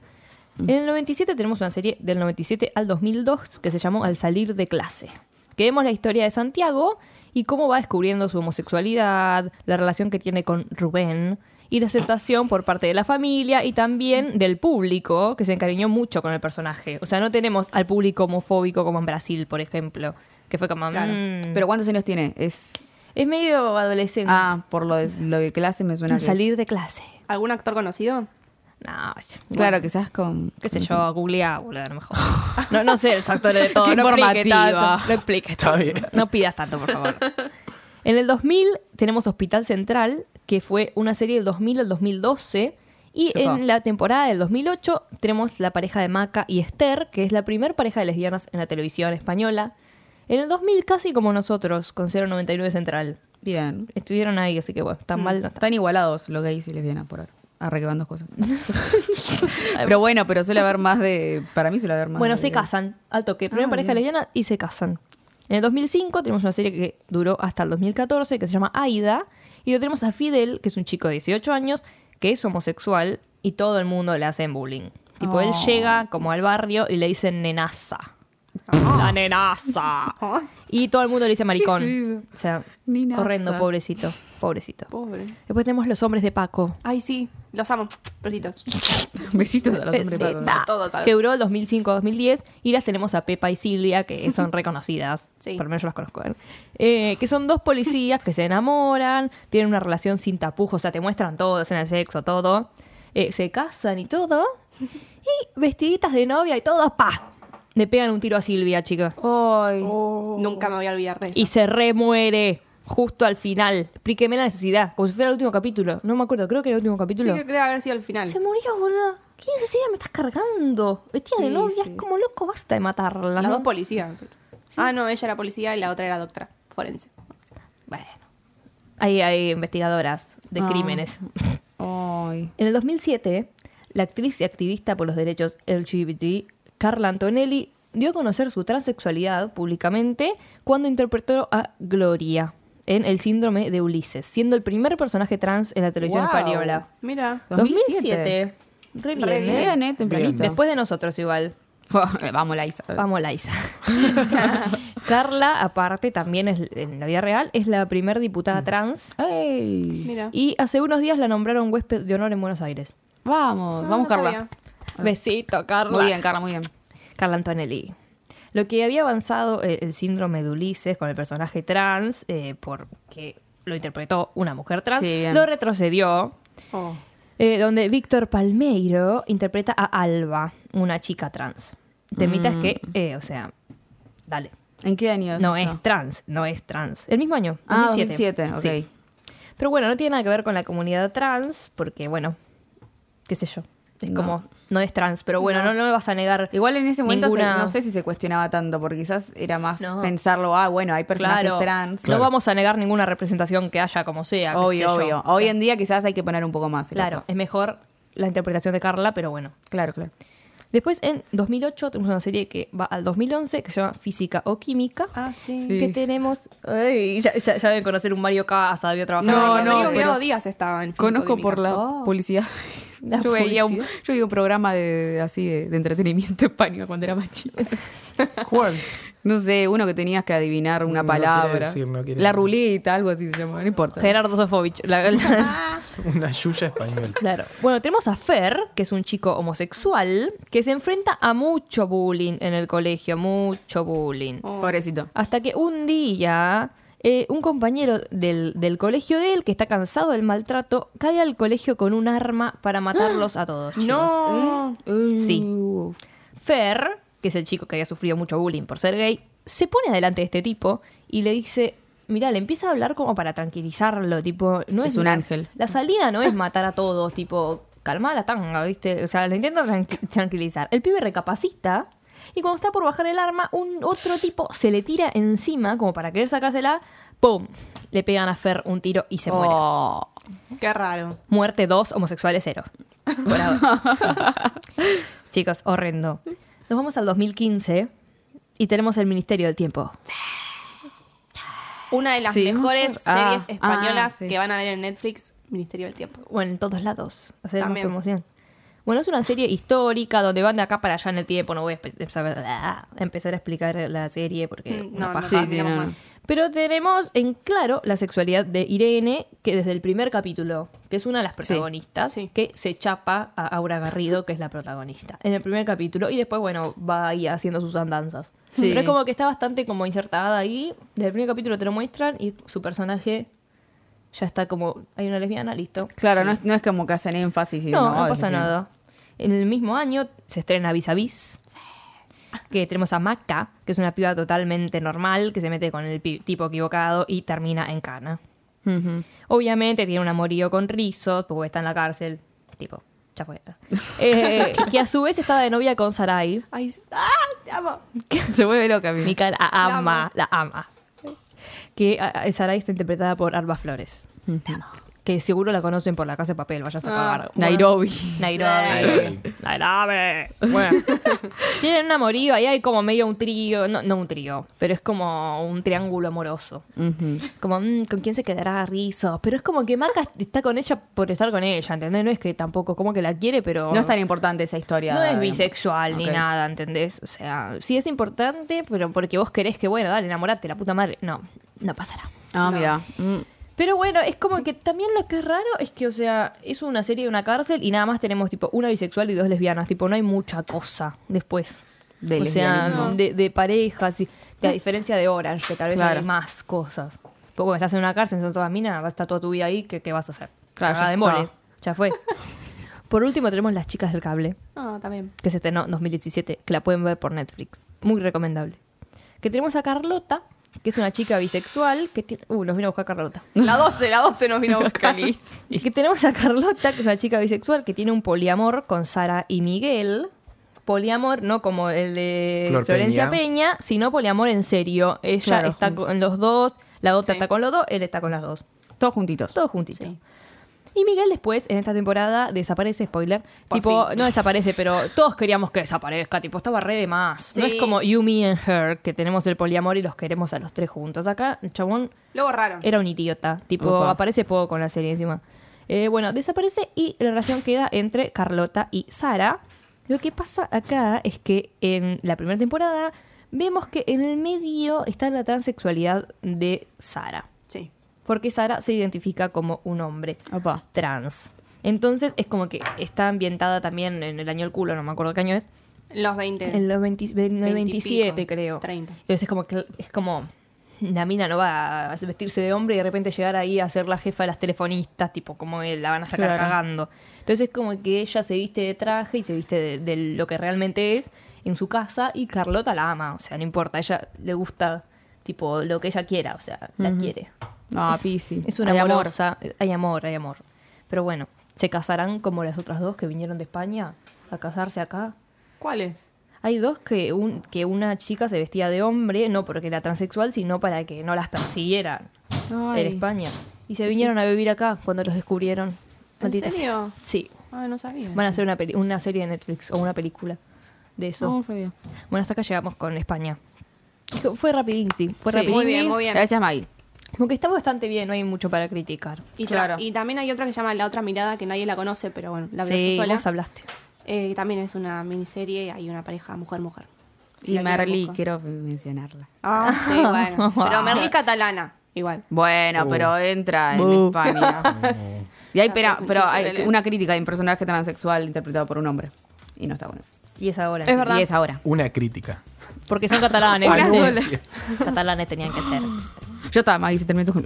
En el 97 tenemos una serie del 97 al 2002 que se llamó Al salir de clase. Que vemos la historia de Santiago y cómo va descubriendo su homosexualidad, la relación que tiene con Rubén y la aceptación por parte de la familia y también del público que se encariñó mucho con el personaje. O sea, no tenemos al público homofóbico como en Brasil, por ejemplo, que fue como...
Claro.
"Mm".
¿Pero cuántos años tiene? Es.
Es medio adolescente.
Ah, por lo de, lo de clase me suena.
Al
que es-
salir de clase.
¿Algún actor conocido?
No, yo-
Claro,
bueno,
quizás con.
qué sé
con-
yo, googleá, boludo, a lo mejor. No, no sé, los actores de todo.
Qué
no expliques
informativa.
tanto, No expliques
Está
tanto.
bien.
No pidas tanto, por favor. En el 2000 tenemos Hospital Central, que fue una serie del 2000 al 2012. Y
Epa.
en la temporada del 2008 tenemos la pareja de Maca y Esther, que es la primer pareja de lesbianas en la televisión española. En el 2000 casi como nosotros, con 099 Central.
Bien.
Estuvieron ahí, así que bueno, tan mal no está.
Están igualados los gays y lesbianas por ahora. Arre que van dos cosas. pero bueno, pero suele haber más de. Para mí suele haber más.
Bueno,
de-
se casan, al toque. Primera
Ah,
pareja
bien.
lesbiana y se casan. En el 2005 tenemos una serie que duró hasta el 2014 que se llama Aida. Y lo tenemos a Fidel, que es un chico de 18 años, que es homosexual y todo el mundo le hacen bullying. Tipo, él
Oh.
llega como al barrio y le dicen nenaza.
Ah.
La nenaza.
Ah.
Y todo el mundo le dice maricón.
es eso?
o sea,
Nenaza.
horrendo, pobrecito. Pobrecito.
Pobre.
Después tenemos los hombres de Paco.
Ay, sí, los amo. Besitos.
Besitos a los hombres.
Sí,
perdón.
ta.
Todos a los-
que duró el 2005 2010 y las tenemos a Pepa y Silvia que son reconocidas
Sí.
por lo menos yo las conozco ¿eh? Eh, que son dos policías que se enamoran tienen una relación sin tapujos o sea te muestran todo hacen el sexo todo Eh, se casan y todo y vestiditas de novia y todo pa le pegan un tiro a Silvia chica
Ay.
Nunca me voy a olvidar de eso.
y se remuere justo al final explíqueme la necesidad como si fuera el último capítulo no me acuerdo creo que era el último
Sí,
capítulo
creo que debe haber sido el final.
se murió, boludo. ¿Qué necesidad me estás cargando? Vestida de
Sí,
novia,
sí.
es como loco, basta de matarla.
Las
¿no?
dos policías. Ah, no, ella era policía y la otra era doctora forense.
Bueno. Ahí hay investigadoras de
Ah.
crímenes.
Ay.
En el 2007, la actriz y activista por los derechos LGBT, Carla Antonelli, dio a conocer su transexualidad públicamente cuando interpretó a Gloria en El síndrome de Ulises, siendo el primer personaje trans en la televisión
Guau.
española.
Mira.
2007.
2007. Re bien,
Re
¿eh?
bien, ¿eh? Tempranito.
Después de nosotros igual.
Vamos, la Isa.
Vamos, Laisa. Carla, aparte, también es, en la vida real, es la primer
Mm.
diputada trans.
¡Ey!
Mira.
Y hace unos días la nombraron huésped de honor en Buenos Aires. Ah,
Vamos,
Ah, No,
vamos,
no
Carla.
sabía.
Besito, Carla.
Ah. Muy bien, Carla, muy bien.
Carla Antonelli. Lo que había avanzado eh, el, síndrome de Ulises con el personaje trans, eh, porque lo interpretó una mujer trans,
Sí, bien.
lo retrocedió
Oh.
Eh, donde Víctor Palmeiro interpreta a Alba, una chica trans.
Mm.
Temitas que, eh, o sea, dale.
¿En qué año?
No
esto?
es trans, no es trans. El mismo año,
Ah,
2007.
2007, ok.
Sí. Pero bueno, no tiene nada que ver con la comunidad trans, porque bueno, qué sé yo. Es
No.
como, no es trans, pero bueno, no, no me vas a negar.
Igual en ese momento se-
ninguna-
no sé si se cuestionaba tanto, porque quizás era más
No.
pensarlo, ah, bueno, hay personajes
Claro,
trans.
Claro.
no vamos a negar ninguna representación que haya como sea. qué sé
Obvio,
yo.
obvio.
O
Hoy
sea,
en día quizás hay que poner un poco más. el
Claro,
ojo.
es mejor la interpretación de Carla, pero bueno.
Claro, claro.
Después, en 2008, tenemos una serie que va al 2011 que se llama Física o Química.
Ah, sí.
Sí.
Que tenemos. Ay, ya, ya- ya deben conocer un Mario Casa, había trabajado.
No,
Rodrigo
no,
Guiado
pero-
Díaz estaba en
Conozco
Físico-Química.
por la
Oh.
publicidad.
La
yo, veía un,
publicidad.
yo veía un programa de, de- así de, de entretenimiento español cuando era más chica.
¿Cuál?
No sé, uno que tenías que adivinar una
No
palabra.
quiere decir, no quiere
la
decir.
ruleta, algo así se llama, no importa.
Gerardo Sofovich. La- la-
Una yuya española.
Claro. Bueno, tenemos a Fer, que es un chico homosexual, que se enfrenta a mucho bullying en el colegio, mucho bullying.
Oh. Pobrecito.
Hasta que un día eh, un compañero del, del colegio de él, que está cansado del maltrato, cae al colegio con un arma para matarlos a todos. chicos.
No.
Sí. Fer, que es el chico que había sufrido mucho bullying por ser gay, se pone adelante de este tipo y le dice, mirá, le empieza a hablar como para tranquilizarlo, tipo, no es,
Es un
la-
ángel.
La salida no es matar a todos, tipo, calmar la tanga, ¿viste? O sea, lo intenta tranqui- tranquilizar. El pibe recapacita y cuando está por bajar el arma, un otro tipo se le tira encima como para querer sacársela, ¡pum! Le pegan a Fer un tiro y se muere.
Oh.
Qué raro.
Muerte 2, homosexuales 0. Por ahora. Chicos, horrendo. Nos vamos al 2015 y tenemos el Ministerio del Tiempo.
Una de las
Sí.
mejores
Ah,
series españolas
ah, sí.
que van a ver en Netflix, Ministerio del Tiempo.
Bueno, en todos lados. Hacer más
También.
promoción. Bueno, es una serie histórica donde van de acá para allá en el tiempo. No voy a espe- saber- ah, empezar a explicar la serie porque
Mm,
una
No, no,
paja.
Eh, Sí, sí,
digamos
no, no.
más.
Pero tenemos en claro la sexualidad de Irene, que desde el primer capítulo, que es una de las protagonistas,
Sí.
que se chapa a Aura Garrido, que es la protagonista, en el primer capítulo, y después, bueno, va ahí haciendo sus andanzas.
Sí.
Pero es como que está bastante como insertada ahí, desde el primer capítulo te lo muestran y su personaje ya está como, hay una lesbiana, listo.
Claro,
Sí.
no, es, no es como que hacen énfasis. y
No, no,
es
pasa
que-
nada. En el mismo año se estrena Vis a Vis. Que tenemos a Maca, que es una piba totalmente normal, que se mete con el pi- tipo equivocado y termina en cana.
Ujú.
Obviamente tiene un amorío con Rizos, porque está en la cárcel. Tipo, ya fue. Eh, que a su vez estaba de novia con Sarai.
Ay, s- ¡Ah! Te amo.
Se vuelve loca, mi.
Mica la
La
ama,
amo.
la ama. Que a- a- Sarai está interpretada por Alba Flores. Que seguro la conocen por la casa de papel, vayas a
Ah.
acabar.
Nairobi.
Nairobi. Nairobi. Bueno. Tienen un amorío, ahí hay como medio un trío, no, no un trío, pero es como un triángulo amoroso.
Ujú.
Como, mm, ¿con quién se quedará Rizos? Pero es como que Maca está con ella por estar con ella, ¿entendés? No es que tampoco, como que la quiere, pero...
No es tan importante esa historia.
No es
digamos.
bisexual ni
Ok.
nada, ¿entendés? O sea, sí es importante, pero porque vos querés que, bueno, dale, enamorate, la puta madre. No, no pasará.
Ah, mira. Mm.
Pero bueno, es como que también lo que es raro es que, o sea, es una serie de una cárcel y nada más tenemos tipo una bisexual y dos lesbianas. Tipo, no hay mucha cosa después.
De
o sea,
lesbianismo.
de, de parejas y de, a diferencia de Orange, que tal vez
Claro.
hay más cosas. Porque cuando estás en una cárcel, son todas minas, vas a estar toda tu vida ahí, ¿qué, qué vas a hacer?
Claro, ya
Cagada de
está.
mole. Ya fue. Por último tenemos las chicas del cable
Ah, también.
que este, se estrenó en 2017, que la pueden ver por Netflix. Muy recomendable. Que tenemos a Carlota, que es una chica bisexual, que tiene... Uh, nos vino a buscar Carlota.
La 12, la 12 nos vino a buscar.
Que tenemos a Carlota, que es una chica bisexual, que tiene un poliamor con Sara y Miguel. Poliamor no como el de
Flor
Florencia Peña.
Peña.
sino poliamor en serio. Ella
Claro,
está
juntos.
con los dos, la otra
Sí.
está con los dos, él está con las dos.
Todos juntitos.
Todo juntito.
Sí.
Y Miguel después, en esta temporada, desaparece, spoiler.
Por
tipo,
fin.
no desaparece, pero todos queríamos que desaparezca. Tipo, estaba re de más. No
Sí.
es como You, Me and Her, que tenemos el poliamor y los queremos a los tres juntos. Acá, el chabón
Lo borraron.
era un idiota. Tipo,
Opa.
aparece poco en la serie encima. Eh, bueno, desaparece y la relación queda entre Carlota y Sara. Lo que pasa acá es que en la primera temporada vemos que en el medio está la transexualidad de Sara.
Sí.
Porque Sara se identifica como un hombre
Opa.
trans. Entonces es como que está ambientada también en el año del culo, no me acuerdo qué año es.
Los 20.
En los 20 en el
20 y pico,
27 creo.
30.
Entonces es como que es como la mina no va a vestirse de hombre y de repente llegar ahí a ser la jefa de las telefonistas, tipo como él, la van a sacar
Claro.
cagando. Entonces es como que ella se viste de traje y se viste de, de lo que realmente es en su casa y Carlota la ama, o sea, no importa, a ella le gusta tipo lo que ella quiera, o sea, la quiere.
No, Ah, Pisi.
Es una
Hay amor.
amorosa. Hay amor, hay amor. Pero bueno, se casarán como las otras dos que vinieron de España a casarse acá.
¿Cuáles?
Hay dos que, un, que una chica se vestía de hombre, no porque era transexual, sino para que no las persiguieran
Ay.
en España. Y se vinieron a vivir acá cuando los descubrieron. Maldita sea.
serio?
Sí.
Ah, no sabía.
Van a hacer una, peli- una serie de Netflix o una película de eso.
No, sabía.
Bueno, hasta acá llegamos con España. Fue rapidín, sí. Fue
Sí.
rapidín.
Muy bien, muy bien.
Gracias, Maggie.
Como que está bastante bien, no hay mucho para criticar.
Y, tra-
Claro.
y también hay otra que se llama La Otra Mirada, que nadie la conoce, pero bueno, la veo
sí,
sola.
vos hablaste.
Eh, también es una miniserie, hay una pareja mujer-mujer. Si
y
la quieren
Merlí,
buscar.
quiero mencionarla.
Ah, sí, bueno. Pero Merlí es catalana, igual.
Bueno,
Uh.
pero entra en
Uh.
España. y hay, pero,
Haces un
pero
chiste,
hay
Belén.
una crítica de un personaje transexual interpretado por un hombre. Y no está bueno. eso.
Y es ahora.
Es verdad.
Y es ahora.
Una crítica.
Porque son catalanes.
Una
¿viste?
sola.
catalanes tenían que ser.
Yo estaba Maggie, si termino tu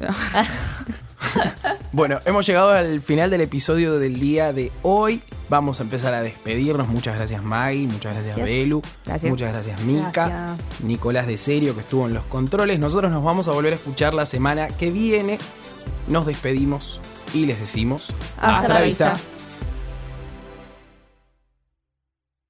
Bueno, hemos llegado al final del episodio del día de hoy. Vamos a empezar a despedirnos. Muchas gracias Maggie, muchas gracias,
Gracias.
Belu,
Gracias.
muchas gracias Mica,
Gracias.
Nicolás de Serio que estuvo en los controles. Nosotros nos vamos a volver a escuchar la semana que viene. Nos despedimos y les decimos
Hasta la vista.